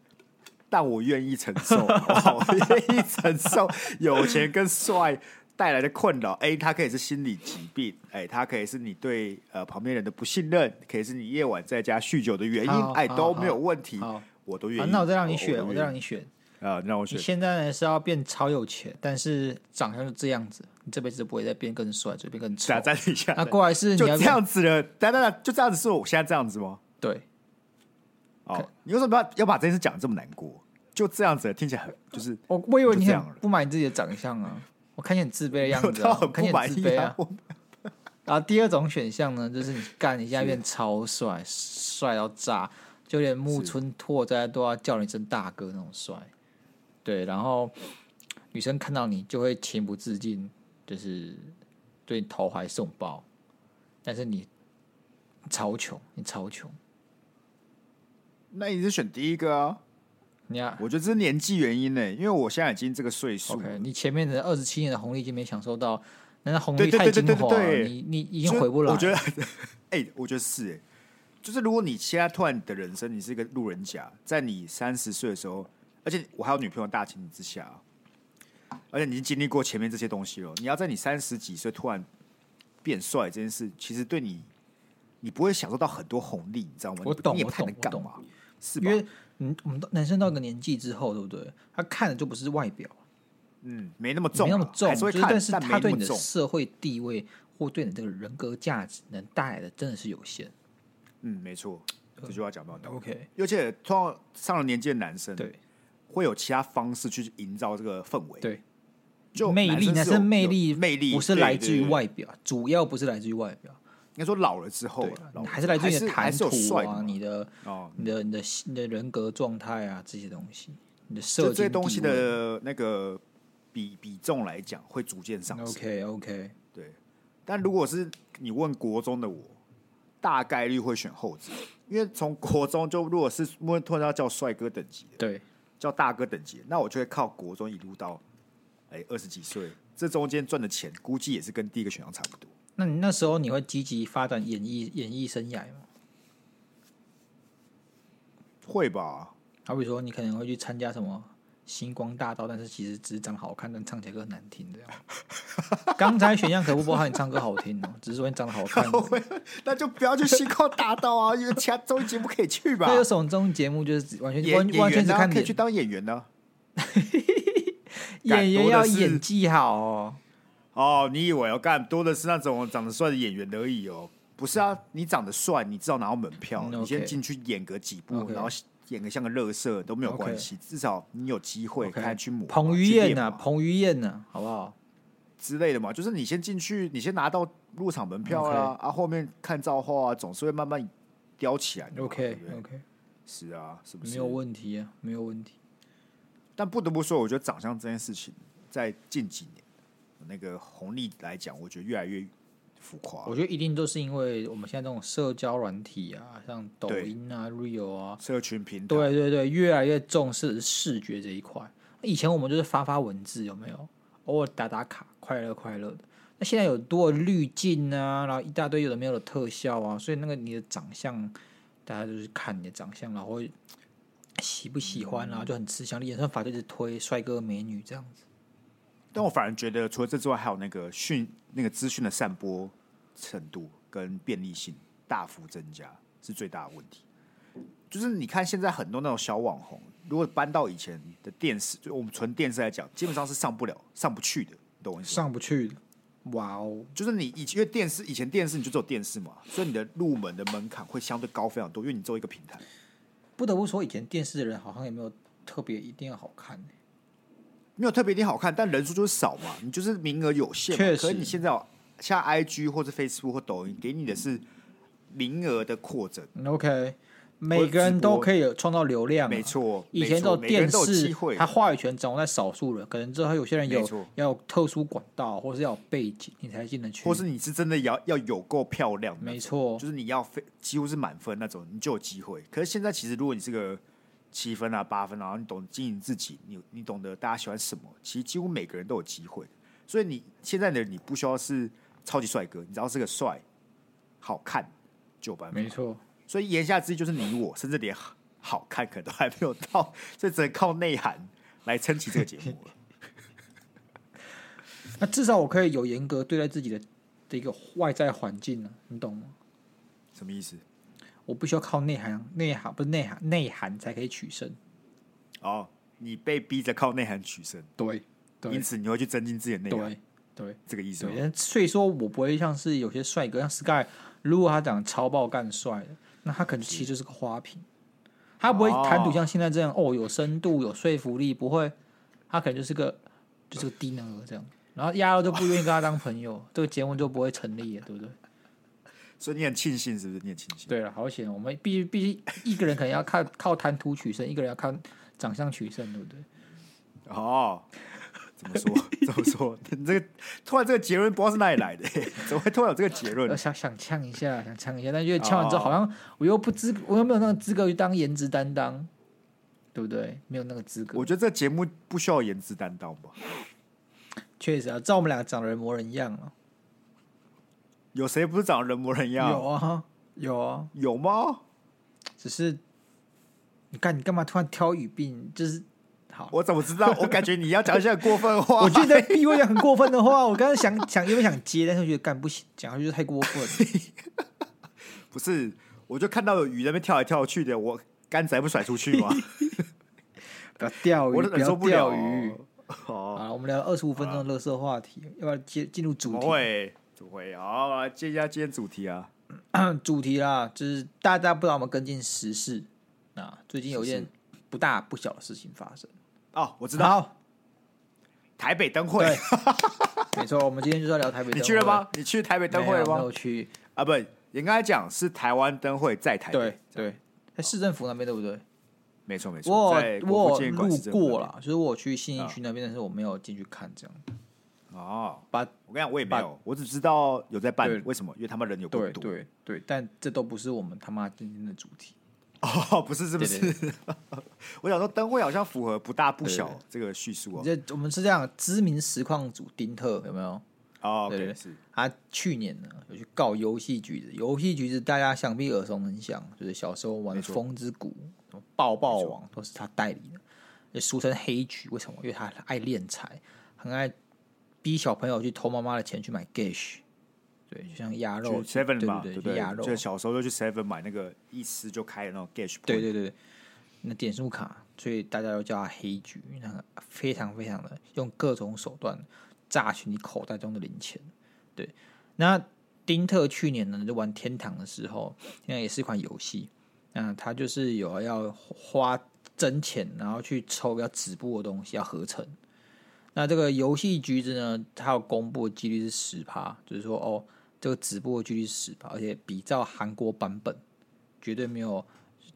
Speaker 2: 但我愿意承 受，我愿意承受有钱跟帅带来的困扰。哎、它可以是心理疾病，哎、它可以是你对呃旁边人的不信任，可以是你夜晚在家酗酒的原因
Speaker 1: 好，
Speaker 2: 哎、
Speaker 1: 好
Speaker 2: 都没有问题
Speaker 1: 好，
Speaker 2: 我都愿
Speaker 1: 好，
Speaker 2: 意。
Speaker 1: 那我再让你
Speaker 2: 都
Speaker 1: 选，我再让
Speaker 2: 愿意
Speaker 1: 你选。
Speaker 2: 啊，你让我
Speaker 1: 你
Speaker 2: 选。
Speaker 1: 现在呢是要变超有钱，但是长相就这样子，你这辈子不会再变更帅，就变更丑
Speaker 2: 打。在底 下，
Speaker 1: 那过来是你
Speaker 2: 就
Speaker 1: 要
Speaker 2: 这
Speaker 1: 变
Speaker 2: 样子了。等等等，就这样子是我现在这样子吗？
Speaker 1: 对。
Speaker 2: 哦，你为什么要要把这件事讲得这么难过？就这样子，听起来很就是
Speaker 1: 我我以为
Speaker 2: 就
Speaker 1: 你
Speaker 2: 这
Speaker 1: 很
Speaker 2: 样了
Speaker 1: 不满意自己的长相啊，我看见你自卑的样子、
Speaker 2: 到
Speaker 1: 啊，
Speaker 2: 很
Speaker 1: 我看
Speaker 2: 不
Speaker 1: 见
Speaker 2: 满
Speaker 1: 你自
Speaker 2: 意
Speaker 1: 卑
Speaker 2: 啊
Speaker 1: 啊。。然后第二种选项呢，就是 你干一下变超帅，帅到炸，就连木村拓哉都要叫你一声大哥那种帅。对，然后女生看到你就会情不自禁，就是对你投怀送抱，但是你超穷，你超穷，
Speaker 2: 那你是选第一个啊？
Speaker 1: 你要
Speaker 2: 我觉得这是年纪原因呢、因为我现在已经这个岁数
Speaker 1: OK，
Speaker 2: 了
Speaker 1: 你前面的二十七年的红利已经没享受到，那红
Speaker 2: 对
Speaker 1: 利
Speaker 2: 对
Speaker 1: 太
Speaker 2: 对
Speaker 1: 精
Speaker 2: 对
Speaker 1: 华
Speaker 2: 对
Speaker 1: 了，
Speaker 2: 对
Speaker 1: 你你已
Speaker 2: 就
Speaker 1: 经
Speaker 2: 是
Speaker 1: 回不来了。
Speaker 2: 我觉得， 哎、我觉得是、欸，就是如果你现在突然你的人生，你是一个路人甲，在你三十岁的时候，而且我还有女朋友的大前提之下啊，而且你已经经历过前面这些东西了，你要在你三十几岁突然变帅这件事，其实对你，你不会享受到很多红利，你知道吗？
Speaker 1: 我懂
Speaker 2: 你也
Speaker 1: 我
Speaker 2: 不太
Speaker 1: 懂
Speaker 2: 能
Speaker 1: 我
Speaker 2: 干
Speaker 1: 懂
Speaker 2: 嘛，是吧
Speaker 1: 因？为嗯，我们到男生到一个年纪之后，对不对？他看的就不是外表，
Speaker 2: 嗯，没那么重
Speaker 1: 没
Speaker 2: 啊，
Speaker 1: 那么重，
Speaker 2: 还是会
Speaker 1: 就是
Speaker 2: 看，
Speaker 1: 但是
Speaker 2: 但
Speaker 1: 他
Speaker 2: 没那
Speaker 1: 对
Speaker 2: 么
Speaker 1: 你的
Speaker 2: 重。
Speaker 1: 社会地位或对你这个人格价值能带来的真的是有限。
Speaker 2: 嗯，没错，这句话讲 到到。
Speaker 1: OK，
Speaker 2: 而且通常上了年纪的男生，
Speaker 1: 对
Speaker 2: 会有其他方式去营造这个氛围。，
Speaker 1: 对，
Speaker 2: 就
Speaker 1: 魅力，男
Speaker 2: 男
Speaker 1: 生
Speaker 2: 生
Speaker 1: 魅
Speaker 2: 有
Speaker 1: 力
Speaker 2: 有魅力
Speaker 1: 不是
Speaker 2: 对
Speaker 1: 来
Speaker 2: 对
Speaker 1: 自于
Speaker 2: 对
Speaker 1: 外表，主要不是来自于外表，
Speaker 2: 应该说老了之后
Speaker 1: 对
Speaker 2: 了，老，了
Speaker 1: 还是来自于你的
Speaker 2: 还
Speaker 1: 谈
Speaker 2: 是有
Speaker 1: 吐
Speaker 2: 帅的
Speaker 1: 啊，
Speaker 2: 嘛
Speaker 1: 你的
Speaker 2: 哦，
Speaker 1: 你的你的你的人格状态啊这些东西，你的社
Speaker 2: 就
Speaker 1: 交
Speaker 2: 这些东西的那个比比重来讲会逐渐上升。
Speaker 1: OK OK，
Speaker 2: 对，但如果是你问国中的我，大概率会选后者，因为从国中就如果是因为突然要叫帅哥等级的，
Speaker 1: 对，
Speaker 2: 叫大哥等级的，那我就会靠国中一路到哎二十几岁，这中间赚的钱估计也是跟第一个选项差不多。
Speaker 1: 那你那时候你会积极发展演艺演艺生涯吗？
Speaker 2: 会吧？
Speaker 1: 好比说，你可能会去参加什么星光大道，但是其实只是长好看，但唱起来歌很难听这样。刚才选项可不包含你唱歌好听哦，只是说你长得好 看。
Speaker 2: 那就不要去星光大道啊，因为其他综艺节目可以去吧
Speaker 1: 那？有什么综艺节目就是只完全
Speaker 2: 演
Speaker 1: 完
Speaker 2: 演
Speaker 1: 完全
Speaker 2: 员
Speaker 1: 只
Speaker 2: 啊，
Speaker 1: 看
Speaker 2: 可以去
Speaker 1: 脸，
Speaker 2: 当演员呢、
Speaker 1: 演员要
Speaker 2: 多的是
Speaker 1: 演技好哦。
Speaker 2: 哦，你以为要干多的是那种长得帅的演员而已哦？不是啊，你长得帅，你至少拿到门票，
Speaker 1: 嗯
Speaker 2: 你先
Speaker 1: OK
Speaker 2: 进去演个几部
Speaker 1: OK
Speaker 2: 然后演个像个乐色都没有
Speaker 1: OK
Speaker 2: 关系至少你有机会
Speaker 1: OK
Speaker 2: 看去磨嘛、
Speaker 1: 彭于
Speaker 2: 去
Speaker 1: 晏
Speaker 2: 练
Speaker 1: 呐，
Speaker 2: 嘛哦
Speaker 1: 彭于晏呐，好不好？
Speaker 2: 之类的嘛，就是你先进去，你先拿到入场门票啊啊，后面看造化啊，总是会慢慢雕起来的嘛
Speaker 1: OK
Speaker 2: 对不对
Speaker 1: OK，
Speaker 2: 是啊，是不
Speaker 1: 没
Speaker 2: 是？
Speaker 1: 有问题啊，没有问题。
Speaker 2: 但不得不说，我觉得长相这件事情，在近几年那个红利来讲，我觉得越来越浮夸
Speaker 1: 我。觉得一定都是因为我们现在这种社交软体啊，像抖
Speaker 2: 对
Speaker 1: 音啊、Real 啊，
Speaker 2: 社群平台，
Speaker 1: 对对对，越来越重视视觉这一块。以前我们就是发发文字，有没有？偶尔打打卡，快乐快乐的。那现在有多滤镜啊，然后一大堆有的没有的特效啊，所以那个你的长相，大家就是看你的长相，然后会喜不喜欢啊，就很吃香。演算法就一直推帅哥美女这样子。
Speaker 2: 但我反而觉得，除了这之外，还有那个讯那个资讯的散播程度跟便利性大幅增加，是最大的问题。就是你看现在很多那种小网红，如果搬到以前的电视，就我们纯电视来讲，基本上是上不了、上不去的，你懂我意思吗？
Speaker 1: 上不去的，哇哦！
Speaker 2: 就是你以因为电视以前电视你就只有电视嘛，所以你的入门的门槛会相对高非常多，因为你做一个平台。
Speaker 1: 不得不说，以前电视的人好像也没有特别一定要好看、欸。
Speaker 2: 没有特别一定好看，但人数就是少嘛，你就是名额有限嘛。
Speaker 1: 确实
Speaker 2: 可是你现在有像 IG 或者 Facebook 或抖音给你的是名额的扩展，
Speaker 1: 嗯 OK，每个人都可以有创造流量啊、
Speaker 2: 没错。
Speaker 1: 以前
Speaker 2: 没错
Speaker 1: 有
Speaker 2: 每个人
Speaker 1: 电
Speaker 2: 都有
Speaker 1: 视
Speaker 2: 机，会
Speaker 1: 它，话语权掌握在少数人，可能之后有些人
Speaker 2: 没
Speaker 1: 有
Speaker 2: 错
Speaker 1: 要有特殊管道，或是要有背景，你才进得去。
Speaker 2: 或是你是真的要要有够漂亮的，
Speaker 1: 没错
Speaker 2: 就，是你要非几乎是满分那种，你就有机会。可是现在其实如果你是个七分啊八分啊，然后你懂经营自己，你你懂得大家喜欢什么，其实几乎每个人都有机会。所以你现在的你不需要是超级帅哥，你只要是个帅、好看就有办法
Speaker 1: 没。错，
Speaker 2: 所以言下之意就是你我，甚至连好好看可能都还没有到， 所以只能靠内涵来撑起这个节目了。
Speaker 1: 那至少我可以有严格对待自己的的一个外在环境呢、你懂吗？
Speaker 2: 什么意思？
Speaker 1: 我不需要靠内涵，内涵不是内涵，内涵才可以取胜。
Speaker 2: 哦，你被逼着靠内涵取胜，
Speaker 1: 对，
Speaker 2: 因
Speaker 1: 对，
Speaker 2: 此你会去增进自己的内涵，
Speaker 1: 对，对，
Speaker 2: 这个意思吗？
Speaker 1: 对。所以说我不会像是有些帅哥，像 Sky，如果他长得超爆干帅的，那他可能其实就是个花瓶，他不会谈吐像现在这样哦，有深度、有说服力，不会，他可能就是个就是个低能儿这样，然后丫头就不愿意跟他当朋 友，这个节目就不会成立了，对不对？
Speaker 2: 所以你很庆幸，是不是？你很庆幸。
Speaker 1: 对了，好险，我们必须必须一个人可能要靠靠谈吐取胜，一个人要靠长相取胜，对不对？
Speaker 2: 哦，怎么说？ 怎么说？你这个突然这个结论不知道是哪里来的、 怎么会突然有这个结
Speaker 1: 要
Speaker 2: 论？
Speaker 1: 想想呛一下，想呛一下，但因为呛完之后，
Speaker 2: 哦
Speaker 1: 好像我又不资，我又没有那个资格去当颜值担当，对不对？没有那个资格
Speaker 2: 我。觉得这节目不需要颜值担当吧？
Speaker 1: 确实啊，照我们俩长得人模人样啊，
Speaker 2: 有谁不是长得人模人样？
Speaker 1: 有啊，有啊，
Speaker 2: 有吗？
Speaker 1: 只是你看你干嘛突然挑语病？就是好，
Speaker 2: 我怎么知道？我感觉你要讲一些很过分的话。
Speaker 1: 我觉得在逼我讲很过分的话，我 刚刚想想因为想接，但是我觉得干不行，讲下去就太过分 了。
Speaker 2: 不是，我就看到有鱼在那边跳来跳去的，我杆子还不甩出去 吗？
Speaker 1: 不要钓
Speaker 2: 我
Speaker 1: 鱼，
Speaker 2: 都
Speaker 1: 不
Speaker 2: 忍
Speaker 1: 要
Speaker 2: 受不了
Speaker 1: 钓鱼。。
Speaker 2: 哦，
Speaker 1: 啊，我们聊二十五分钟的乐色话题，要不要接进入主
Speaker 2: 怎么
Speaker 1: 题？
Speaker 2: 会？怎么会？好，来接一下今天主题啊。
Speaker 1: 主题啦，就是大家不知道有没有跟进时事啊？最近有一件
Speaker 2: 时事
Speaker 1: 不大不小的事情发生。
Speaker 2: 哦，我知道，
Speaker 1: 好，
Speaker 2: 台北灯会
Speaker 1: 对，没错，我们今天就是要聊台北灯会。
Speaker 2: 你去了吗？你去台北灯
Speaker 1: 没
Speaker 2: 会了
Speaker 1: 有
Speaker 2: 吗
Speaker 1: 没？有去。
Speaker 2: 啊，不，应该讲是台湾灯会在台北，
Speaker 1: 对对，在哎市政府那边对不对？
Speaker 2: 没错没错，
Speaker 1: 我
Speaker 2: 在
Speaker 1: 我
Speaker 2: 国父纪念馆
Speaker 1: 路
Speaker 2: 市政府
Speaker 1: 过
Speaker 2: 那嗯
Speaker 1: 了，就是我有去信义区那边，但是我没有进去看这样。
Speaker 2: 边哦，
Speaker 1: 把
Speaker 2: 我跟你讲，我也没有，我只知道有在办
Speaker 1: 对，
Speaker 2: 为什么？因为他们人有够
Speaker 1: 对
Speaker 2: 多。
Speaker 1: 对对，但这都不是我们他妈今天的主题。
Speaker 2: 哦，不是，是不是？
Speaker 1: 对
Speaker 2: 我想说，灯会好像符合不大不
Speaker 1: 对
Speaker 2: 小这个叙述哦。
Speaker 1: 这我们是这样，知名实况组丁特有没有？
Speaker 2: 哦
Speaker 1: 对
Speaker 2: ，OK，
Speaker 1: 对
Speaker 2: 是
Speaker 1: 他去年呢有去告游戏局子，游戏局子大家想必耳熟能详，就是小时候玩
Speaker 2: 没
Speaker 1: 《
Speaker 2: 错
Speaker 1: 风之谷》、什么爆爆王都是他代理的，也俗称黑局。为什么？因为他爱敛财，很爱逼小朋友去偷妈妈的钱去买 gash。对，就像鸭
Speaker 2: 去
Speaker 1: 肉
Speaker 2: Seven 嘛，
Speaker 1: 对
Speaker 2: 不
Speaker 1: 对，鸭肉，
Speaker 2: 就小时候就去 Seven 买那个一吃就开的那种 Gash，
Speaker 1: 对对对，对那点数卡，所以大家都叫他黑局，因为他非常非常的用各种手段榨取你口袋中的零钱。对，那丁特去年呢就玩《天堂》的时候，那也是一款游戏，那他就是有要花真钱，然后去抽要止步的东西，要合成。那这个游戏局子呢，它有公布的几率是十趴，就是说哦，这个直播的几率是十趴，而且比照韩国版本，绝对没有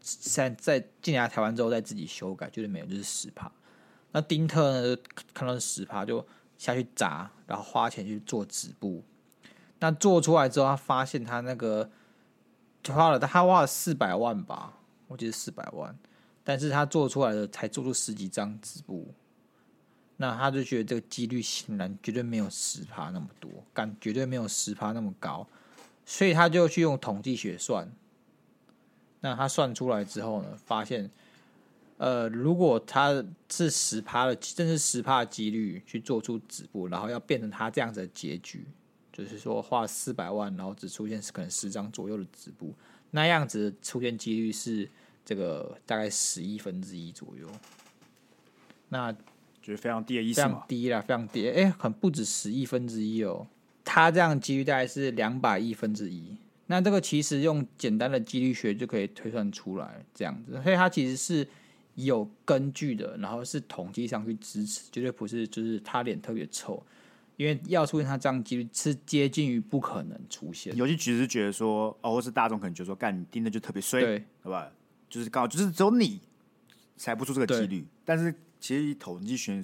Speaker 1: 现在在进来台湾之后再自己修改，绝对没有，就是十趴。那丁特呢，就看到是十趴就下去砸，然后花钱去做直播。那做出来之后，他发现他那个就花了他花了四百万吧，我记得四百万，但是他做出来的才做出十几张直播。那他就觉得这个几率显然绝对没有十趴那么多，感绝对没有十趴那么高，所以他就去用统计学算。那他算出来之后呢，发现，呃，如果他是十趴的，甚至十趴的几率去做出止步，然后要变成他这样子的结局，就是说花四百万，然后只出现可能十张左右的止步，那样子出现几率是这个大概十亿分之一左右。那
Speaker 2: 就是非常低的意
Speaker 1: 非
Speaker 2: 思
Speaker 1: 常
Speaker 2: 嘛。
Speaker 1: 低啦，非常低，哎、很不止十亿分之一哦。它这样几率大概是两百亿分之一。那这个其实用简单的几率学就可以推算出来，这样子，所以它其实是有根据的，然后是统计上去支持，绝对不是就是他脸特别臭，因为要出现他这样几率是接近于不可能出现。
Speaker 2: 游戏局是觉得说，哦，或是大众可能觉得说，干你盯的就特别衰，
Speaker 1: 对
Speaker 2: 对吧？就是刚好就是只有你才不出这个几
Speaker 1: 对
Speaker 2: 率，但是其实以统计学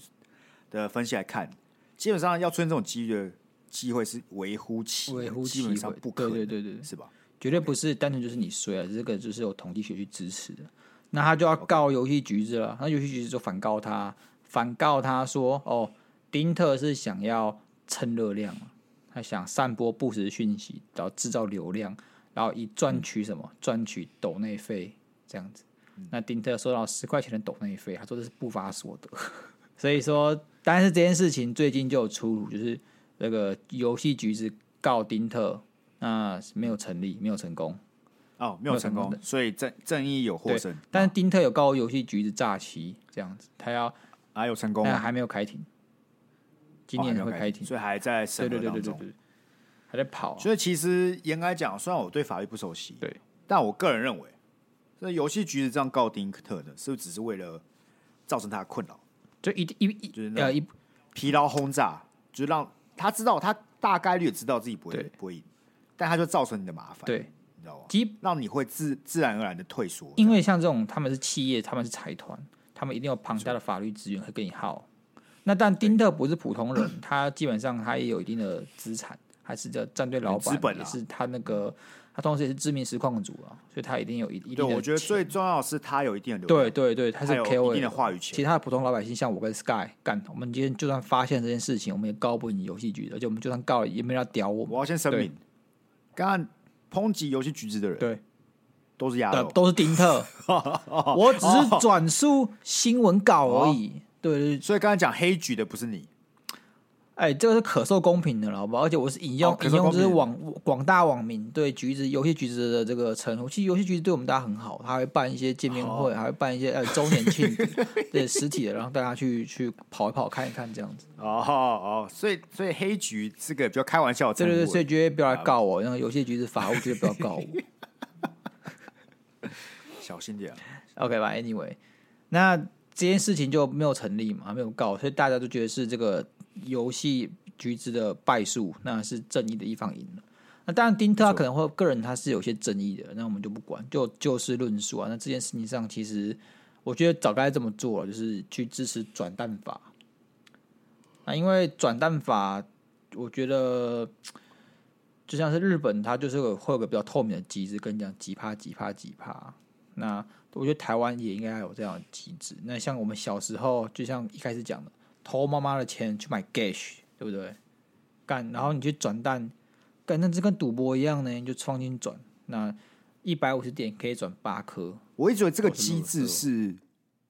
Speaker 2: 的分析来看，基本上要出现这种几率的机会是微乎其微，
Speaker 1: 微乎
Speaker 2: 基
Speaker 1: 其
Speaker 2: 本
Speaker 1: 微，
Speaker 2: 上不可能，
Speaker 1: 对对对对，
Speaker 2: 是吧？
Speaker 1: 绝对不是单纯就是你衰了，这个就是有统计学去支持的。那他就要告游戏局子了，那游戏局子就反告他，反告他说：“哦，丁特是想要蹭热量嘛，他想散播不实讯息，然后制造流量，然后以赚取什么？赚取抖内费这样子。那丁特收到十块钱的抖内费，他说这是不法所得， 所以说，但是这件事情最近就有出炉，就是那个游戏局子告丁特，那是没有成
Speaker 2: 嗯
Speaker 1: 立，没有成功。
Speaker 2: 哦，没有成功
Speaker 1: 没有成功，
Speaker 2: 所以正正义有获
Speaker 1: 对
Speaker 2: 胜，
Speaker 1: 但是丁特有告游戏局子诈欺这样子，他要
Speaker 2: 啊有成功
Speaker 1: 但
Speaker 2: 吗，
Speaker 1: 还没有开庭，哎今
Speaker 2: 哦还
Speaker 1: 年
Speaker 2: 没有
Speaker 1: 会
Speaker 2: 开
Speaker 1: 开庭。
Speaker 2: 所以还在
Speaker 1: 对
Speaker 2: 审
Speaker 1: 对
Speaker 2: 核
Speaker 1: 对
Speaker 2: 当
Speaker 1: 对对
Speaker 2: 中。
Speaker 1: 对，还在跑啊、
Speaker 2: 所以其实严格来讲，虽然我对法律不熟悉，
Speaker 1: 对，
Speaker 2: 但我个人认为，这游戏局是这样告丁特呢，是不是只是为了造成他的困扰，
Speaker 1: 就一定一一
Speaker 2: 就是那
Speaker 1: 呃一
Speaker 2: 疲劳轰炸，就是让他知道他大概率也知道自己不会
Speaker 1: 对
Speaker 2: 不会赢，但他就造成你的麻烦，，
Speaker 1: 对，
Speaker 2: 你知道吗？
Speaker 1: 基
Speaker 2: 让你会自自然而然的退缩，
Speaker 1: 因为像这种他们是企业，他们是财团，他们一定有庞大的法律资源会跟你耗。那但丁特不是普通人， 他基本上他也有一定的资产，还是叫战队老
Speaker 2: 资本
Speaker 1: 板，
Speaker 2: 啊
Speaker 1: 也是他那个他同时也是知名实况主啊，所以他一定有一一定
Speaker 2: 对，
Speaker 1: 的钱。
Speaker 2: 我觉得最重要的是他有一定的流
Speaker 1: 对
Speaker 2: 量，
Speaker 1: 对对，他是
Speaker 2: 有
Speaker 1: KOL
Speaker 2: 一定的话语
Speaker 1: 其
Speaker 2: 权，
Speaker 1: 他的普通老百姓，像我跟 Sky 干，我们今天就算发现这件事情，我们也告不赢游戏局的，而且我们就算告了，也没人要屌我们。
Speaker 2: 我要先声
Speaker 1: 对
Speaker 2: 明，刚刚抨击游戏局子的人
Speaker 1: 对，
Speaker 2: 都是鸭
Speaker 1: 呃
Speaker 2: 肉，
Speaker 1: 都是丁 特，我只是转述新闻稿而
Speaker 2: 哦
Speaker 1: 已。对对，对
Speaker 2: 所以刚才讲黑局的不是你。
Speaker 1: 哎，这个是可受公平的了，好不好？而且我是引用、
Speaker 2: 哦可
Speaker 1: 引
Speaker 2: 受
Speaker 1: 用，就是
Speaker 2: 公平
Speaker 1: 网广大网民对橘子游戏橘子的这个称呼。其实游戏橘子对我们大家很好，他会办一些见面
Speaker 2: 哦
Speaker 1: 会，还会办一些呃周年庆 对实体的，然后大家去去跑一跑、看一看这样子。
Speaker 2: 哦哦，所以所以黑局是个比较开玩笑的
Speaker 1: 对
Speaker 2: 称呼，
Speaker 1: 对对，所以绝对不要来告我，那个游戏橘子法务绝对不要告我。
Speaker 2: 小心点啊。
Speaker 1: OK 吧，Anyway，那这件事情就没有成立嘛，没有告，所以大家都觉得是这个游戏局子的败诉，那是正义的一方赢了。那当然，丁特他可能会个人他是有些争议的，那我们就不管，就就事论述啊。那这件事情上，其实我觉得早该这么做了，就是去支持转蛋法。啊，因为转蛋法，我觉得就像是日本，它就是有会有个比较透明的机制，跟你讲几趴几趴几趴。那我觉得台湾也应该要有这样的机制。那像我们小时候，就像一开始讲的，偷妈妈的钱去买 gash，对不对？干，然后你去转蛋，干，那这跟赌博一样呢，你就创新转，那一百五十点可以转八颗，
Speaker 2: 我一直觉得这个
Speaker 1: 我是没
Speaker 2: 机
Speaker 1: 有
Speaker 2: 制是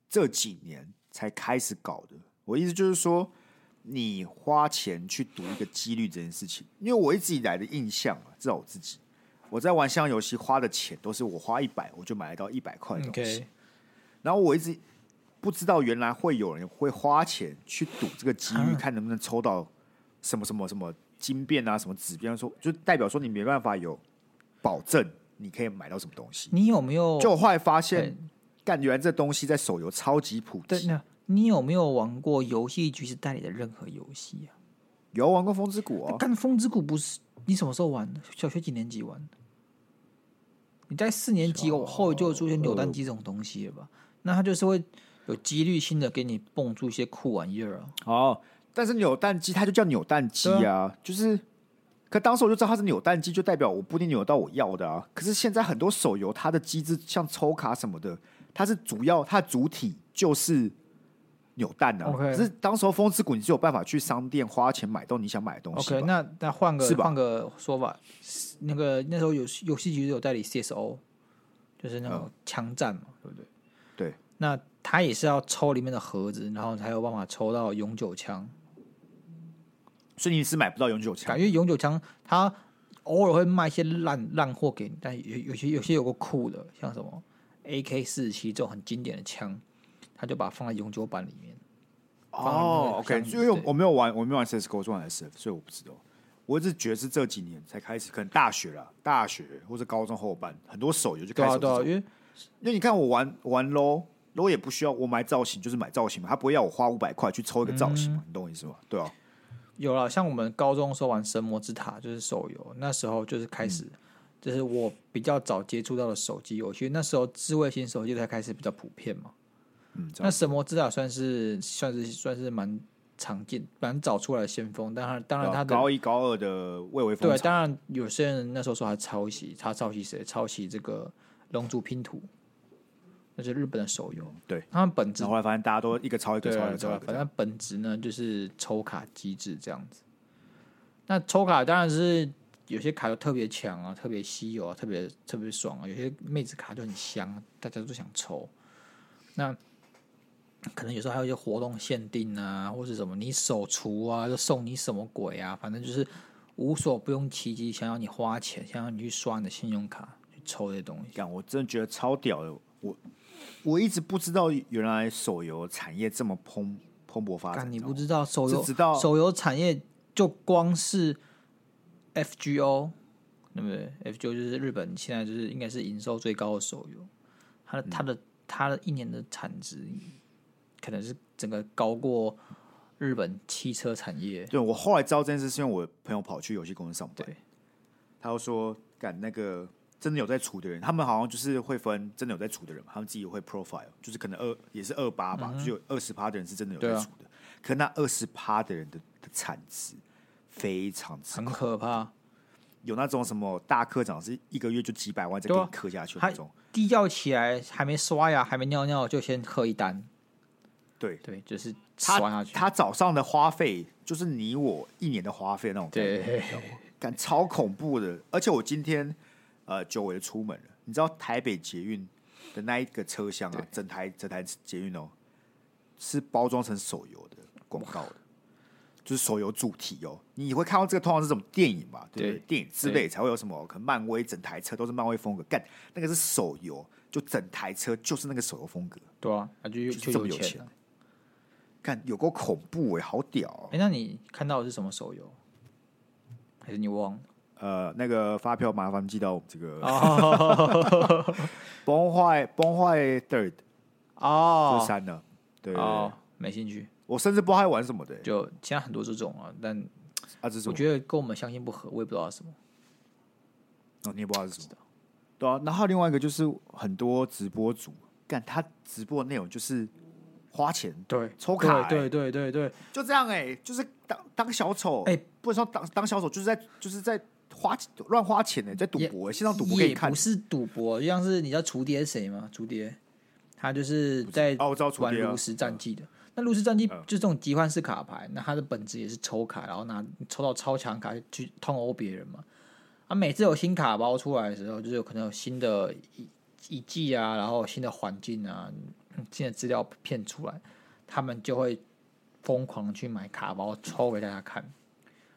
Speaker 2: 这几年才开始搞的。我意思就是说，你花钱去赌一个几率这件事情，因为我一直以来的印象啊，至少我自己，我在玩香游戏花的钱都是我花一百我就买得到一百块的东
Speaker 1: 嗯
Speaker 2: 西
Speaker 1: OK，
Speaker 2: 然后我一直不知道原来会有人会花钱去赌这个机遇，
Speaker 1: 啊
Speaker 2: 看能不能抽到什么什么什么金变啊，什么纸变啊，说就代表说你没办法有保证你可以买到什么东西。
Speaker 1: 你有没有
Speaker 2: 就我后来发现
Speaker 1: 对，
Speaker 2: 干原来这东西在手游超级普
Speaker 1: 对，
Speaker 2: 及。
Speaker 1: 那你有没有玩过游戏局是代理的任何游戏啊？
Speaker 2: 有玩过《风之谷》哦，
Speaker 1: 干风之谷不是你什么时候玩的？小学几年级玩的？你在四年级我后就出现扭蛋机这种东西了吧？那它就是会有几率性的给你蹦出一些酷玩意儿啊。
Speaker 2: 哦，但是扭蛋机它就叫扭蛋机
Speaker 1: 对
Speaker 2: 啊，就是。可当时我就知道它是扭蛋机，就代表我不一定扭到我要的啊。可是现在很多手游它的机制，像抽卡什么的，它是主要它的主体就是扭蛋啊。
Speaker 1: OK
Speaker 2: 可是当时候《风之谷》你是有办法去商店花钱买到你想买的东西吧
Speaker 1: OK，那那换个
Speaker 2: 是吧
Speaker 1: 换个说法，那个那时候游戏游戏局有代理 CSO，就是那种枪战嘛，对不对？
Speaker 2: 嗯对，
Speaker 1: 那他也是要抽里面的盒子，然后才有办法抽到永久枪。
Speaker 2: 所以你是买不到永久
Speaker 1: 感
Speaker 2: 枪。
Speaker 1: 觉永久枪它偶尔会卖一些烂烂货给你，但有有些有些有个酷的，像什么 AK 四七这种很经典的枪，他就把它放在永久版里面。
Speaker 2: 哦
Speaker 1: 放在
Speaker 2: ，OK，
Speaker 1: 那个
Speaker 2: 因为我
Speaker 1: 对
Speaker 2: 我没有玩，我没有玩 CS:GO，我只玩 SF，所以我不知道。我一直觉得是这几年才开始，可能大学了，大学或者高中后半，很多手游就
Speaker 1: 对
Speaker 2: 开始
Speaker 1: 啊
Speaker 2: 有
Speaker 1: 对
Speaker 2: 这种。
Speaker 1: 啊，因为
Speaker 2: 因为你看我玩玩 low low 也不需要我买造型，就是买造型嘛，他不会要我花五百块去抽一个造型
Speaker 1: 嗯
Speaker 2: 嘛，你懂我意思吗？对啊，
Speaker 1: 有了，像我们高中的时候玩《神魔之塔》就是手游，那时候就是开始，就是我比较早接触到的手机游戏，那时候智慧型手机才开始比较普遍嘛。
Speaker 2: 嗯，这
Speaker 1: 那
Speaker 2: 样
Speaker 1: 神魔之塔算是算是算是蛮常见、蛮早出来的先锋，当然当然
Speaker 2: 对啊
Speaker 1: 它的
Speaker 2: 高一高二的蔚为风
Speaker 1: 对，
Speaker 2: 潮，
Speaker 1: 当然有些人那时候说他抄袭，他抄袭谁？抄袭这个龙族拼图，那是日本的手游。
Speaker 2: 对，
Speaker 1: 他们本质
Speaker 2: 然后后来发现大家都一个抄一个
Speaker 1: 对
Speaker 2: 抄一
Speaker 1: 啊
Speaker 2: 个
Speaker 1: 对
Speaker 2: 抄一
Speaker 1: 啊
Speaker 2: 个，这
Speaker 1: 反
Speaker 2: 样
Speaker 1: 正本质呢就是抽卡机制这样子。那抽卡当然是有些卡就特别强啊，特别稀有啊，特别特别爽啊，有些妹子卡就很香啊，大家都想抽。那可能有时候还有一些活动限定啊，或是什么你手厨啊，就送你什么鬼啊，反正就是无所不用其极，想要你花钱，想要你去刷你的信用卡去抽这些东西。
Speaker 2: 干，我真的觉得超屌的。我我一直不知道原来手游产业这么蓬蓬勃发展，
Speaker 1: 干，你
Speaker 2: 知道
Speaker 1: 不
Speaker 2: 吗
Speaker 1: 知道手游
Speaker 2: 是直到
Speaker 1: 手游产业就光是 FGO，对不对？FGO 就是日本现在就是应该是营收最高的手游，它的
Speaker 2: 嗯
Speaker 1: 它的它的一年的产值可能是整个高过日本汽车产业。
Speaker 2: 对我后来知道这件事，是因为我朋友跑去游戏公司上班
Speaker 1: 对，
Speaker 2: 他就说，干那个真的有在除的人，他们好像就是会分真的有在除的人嘛，他们自己会 profile，就是可能二也是二八吧，就有二十趴的人是真的有在
Speaker 1: 嗯对啊
Speaker 2: 除的，可那二十趴的人的的产值非常之
Speaker 1: 很
Speaker 2: 高，
Speaker 1: 可怕，
Speaker 2: 有那种什么大科长是一个月就几百万再给
Speaker 1: 对
Speaker 2: 你
Speaker 1: 啊
Speaker 2: 磕下去的
Speaker 1: 他
Speaker 2: 那种，
Speaker 1: 低调起来还没刷牙，还没尿尿就先喝一单，
Speaker 2: 对。
Speaker 1: 对，就是
Speaker 2: 他
Speaker 1: 刷下去。
Speaker 2: 他早上的花费就是你我一年的花费那种概念，
Speaker 1: 对
Speaker 2: 你知道吗感超恐怖的。而且我今天呃久违的出门了，你知道台北捷运的那一个车厢啊，整台整台捷运哦，是包装成手游的广告的，就是手游主题哦。你会看到这个通常是这种电影嘛，对不对？
Speaker 1: 对
Speaker 2: 电影之类才会有什么，可能漫威整台车都是漫威风格，干那个是手游，就整台车就是那个手游风格，
Speaker 1: 对啊，那就
Speaker 2: 就是
Speaker 1: 就
Speaker 2: 这么
Speaker 1: 有
Speaker 2: 有
Speaker 1: 钱
Speaker 2: 钱哦
Speaker 1: 了。。
Speaker 2: 干有够恐怖哎、好屌哦、
Speaker 1: 哎、那你看到的是什么手游？还是你忘了？
Speaker 2: 呃，那个发票麻烦寄到我们这个
Speaker 1: 哦
Speaker 2: 崩坏崩坏 third 这
Speaker 1: 哦
Speaker 2: 三呢。对，
Speaker 1: 哦，没兴趣。
Speaker 2: 我甚至不知道他玩什么的、
Speaker 1: 就现在很多这种啊，但
Speaker 2: 啊，这是
Speaker 1: 我
Speaker 2: 我
Speaker 1: 觉得跟我们相信不合，我也不知道是什么。
Speaker 2: 哦，你也不知道是什么。对啊，然后另外一个就是很多直播主干他直播的内容就是花钱，
Speaker 1: 对，
Speaker 2: 抽卡欸
Speaker 1: 对对对对对，
Speaker 2: 就这样哎、就是当当小丑
Speaker 1: 哎
Speaker 2: 不能说当当小丑，就是在就是在花乱花钱呢、在赌
Speaker 1: 也
Speaker 2: 博、欸，线上赌博可以
Speaker 1: 也
Speaker 2: 看
Speaker 1: 不。是赌博，就像是你知道雏蝶是谁吗？雏蝶，他就是在
Speaker 2: 哦我知道雏
Speaker 1: 玩
Speaker 2: 蝶啊
Speaker 1: 炉石战记的。那炉石战记
Speaker 2: 嗯
Speaker 1: 就是这种集换式卡牌，那它的本质也是抽卡，然后拿抽到超强卡去通殴别人嘛。啊，每次有新卡包出来的时候，就是有可能有新的一一季啊，然后新的环境啊，新的资料片出来，他们就会疯狂地去买卡包抽给大家看。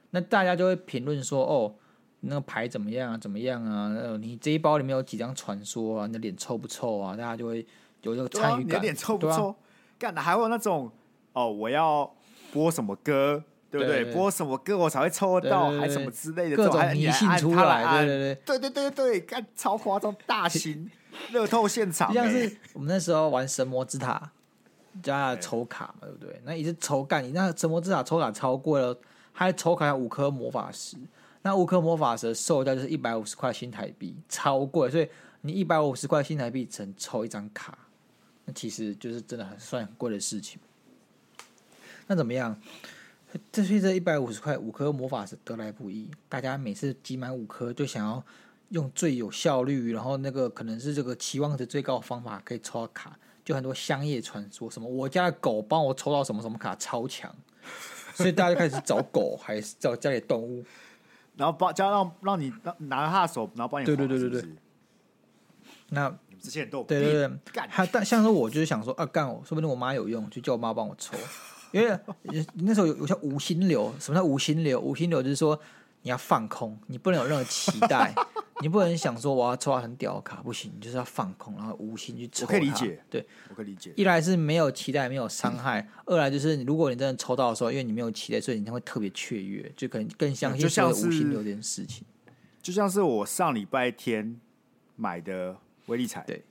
Speaker 1: 那大家就会评论说：“哦，那个牌怎么样啊？怎么样啊？呃，你这一包里面有几张传说啊？你的脸臭不臭啊？”大家就会有这个
Speaker 2: 对啊，
Speaker 1: 参与
Speaker 2: 你
Speaker 1: 感。
Speaker 2: 的脸臭不
Speaker 1: 对啊
Speaker 2: 臭？干、的还会有那种哦，我要播什么歌，对不
Speaker 1: 对
Speaker 2: 对？
Speaker 1: 对
Speaker 2: 播什么歌我才会抽得到，
Speaker 1: 对对对
Speaker 2: 还什么之类的，
Speaker 1: 各
Speaker 2: 这种
Speaker 1: 种
Speaker 2: 还你
Speaker 1: 迷
Speaker 2: 还
Speaker 1: 信
Speaker 2: 按
Speaker 1: 出
Speaker 2: 他来
Speaker 1: 来，
Speaker 2: 按
Speaker 1: 对对
Speaker 2: 对对对对，干超夸张，大型 乐透现
Speaker 1: 对，
Speaker 2: 场、
Speaker 1: 就像
Speaker 2: 欸，
Speaker 1: 是我们那时候玩神魔之塔，加抽卡嘛，对不对？那也是抽干，你那神魔之塔抽卡超过了，还抽卡有五颗魔法石，那五颗魔法石的售价就是一百五十块新台币，超贵，所以你一百五十块新台币只能抽一张卡，那其实就是真的很算很贵的事情。那怎么样？这是这一百五十块五颗魔法石得来不易，大家每次集满五颗就想要用最有效率，然后那个可能是这个期望值最高的方法可以抽到卡，就很多乡野传说什么我家的狗帮我抽到什么什么卡超 强，所以大家就开始找狗还是找家里的动物，
Speaker 2: 然后帮加让让你拿拿着他的手，然后帮你
Speaker 1: 对
Speaker 2: 划
Speaker 1: 对对
Speaker 2: 是不
Speaker 1: 对
Speaker 2: 是
Speaker 1: 那
Speaker 2: 你们这些人都有
Speaker 1: 对对对
Speaker 2: 病干
Speaker 1: 还但像是我就是想说啊，干我，说不定我妈有用，就叫我妈帮我 抽，因为那时候有有叫无心流，什么叫无心流？无心流就是说你要放空，你不能有任何期 待，你不能想说我要抽到很屌的卡，不行，你就是要放空，然后无心去抽它。
Speaker 2: 我可以理解
Speaker 1: 对，
Speaker 2: 我可以理解。
Speaker 1: 一来是没有期待，没有伤害；二来就是如果你真的抽到的时候，因为你没有期待，所以你会特别雀跃，就可能更相信
Speaker 2: 就
Speaker 1: 所
Speaker 2: 像
Speaker 1: 谓无
Speaker 2: 是
Speaker 1: 心流这件事 情。
Speaker 2: 就像是我上礼拜天买的威力彩，
Speaker 1: 对，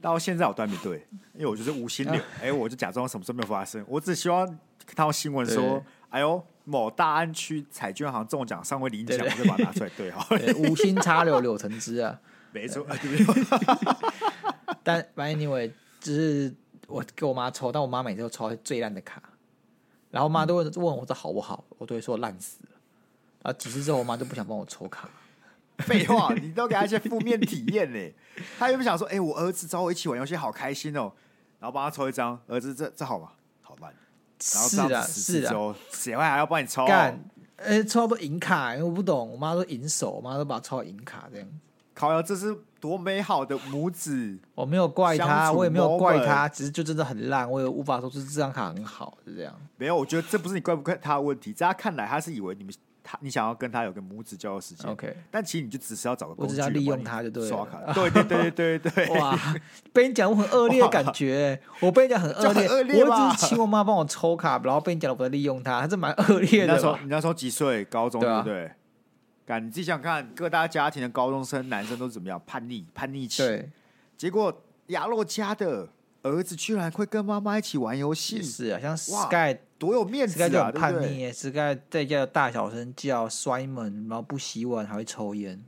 Speaker 2: 到现在我都还没对，因为我就是无 心流，哎、我就假装什么事没有发生，我只希望看到新闻说
Speaker 1: 对，
Speaker 2: 哎呦，某大安区彩券行中奖上回领 奖，
Speaker 1: 对
Speaker 2: 我就把它拿出来对 好了，
Speaker 1: 对，无心插柳柳成枝啊。
Speaker 2: 没错， 哎对不对？
Speaker 1: 但反正 anyway，就是我给我妈抽，但我妈每次都抽最烂的卡，然后我妈都会问我哦这好不好，我都会说烂死了。然后几次之后，我妈就不想帮我抽卡，
Speaker 2: 废话，你都给他一些负面体验呢、他原本想说，哎、我儿子找我一起玩游戏，好开心哦、然后帮他抽一张，儿子这这好吗？好烂，然后
Speaker 1: 是
Speaker 2: 这样
Speaker 1: 啊
Speaker 2: 子十次
Speaker 1: 是
Speaker 2: 之
Speaker 1: 啊，
Speaker 2: 后，谁会还要帮你抽？
Speaker 1: 干，哎，抽到都银卡，因为我不懂，我妈都银手，我妈都把我抽到银卡这样。
Speaker 2: 烤窑，这是多美好的母子。
Speaker 1: 我没有怪
Speaker 2: 相
Speaker 1: 她，
Speaker 2: 处
Speaker 1: 我也没有怪她，只是就真的很烂，我也无法说是这张卡很好，是这样。
Speaker 2: 没有，我觉得这不是你怪不怪他的问题，在他看来，他是以为你们他你想要跟他有个母子交流时间。
Speaker 1: OK
Speaker 2: 但其实你就只是要找个
Speaker 1: 我
Speaker 2: 工
Speaker 1: 只
Speaker 2: 具，
Speaker 1: 是要利用
Speaker 2: 帮
Speaker 1: 它就
Speaker 2: 你
Speaker 1: 对了
Speaker 2: 刷卡，对对对对对 对。
Speaker 1: 哇，被你讲我很恶劣的感 觉，我被你讲很恶劣，
Speaker 2: 就很恶劣吧
Speaker 1: 我只是请我妈帮我抽卡，然后被你讲我在利用她，还是蛮恶劣
Speaker 2: 你
Speaker 1: 的
Speaker 2: 那时候
Speaker 1: 吧。
Speaker 2: 你那时候几岁？高中
Speaker 1: 啊对啊
Speaker 2: 对不对？干，你自己想看各大家庭的高中生男生都是怎么样叛逆叛逆期，
Speaker 1: 对，
Speaker 2: 结果亚洛家的儿子居然会跟妈妈一起玩游
Speaker 1: 也
Speaker 2: 戏，
Speaker 1: 是啊，像
Speaker 2: 哇
Speaker 1: Sky
Speaker 2: 多有面子
Speaker 1: Sky 就
Speaker 2: 啊！
Speaker 1: 很
Speaker 2: 对不
Speaker 1: 叛逆
Speaker 2: 对？
Speaker 1: 耶，Sky 在家大小声叫、摔门，然后不洗碗，还会抽烟。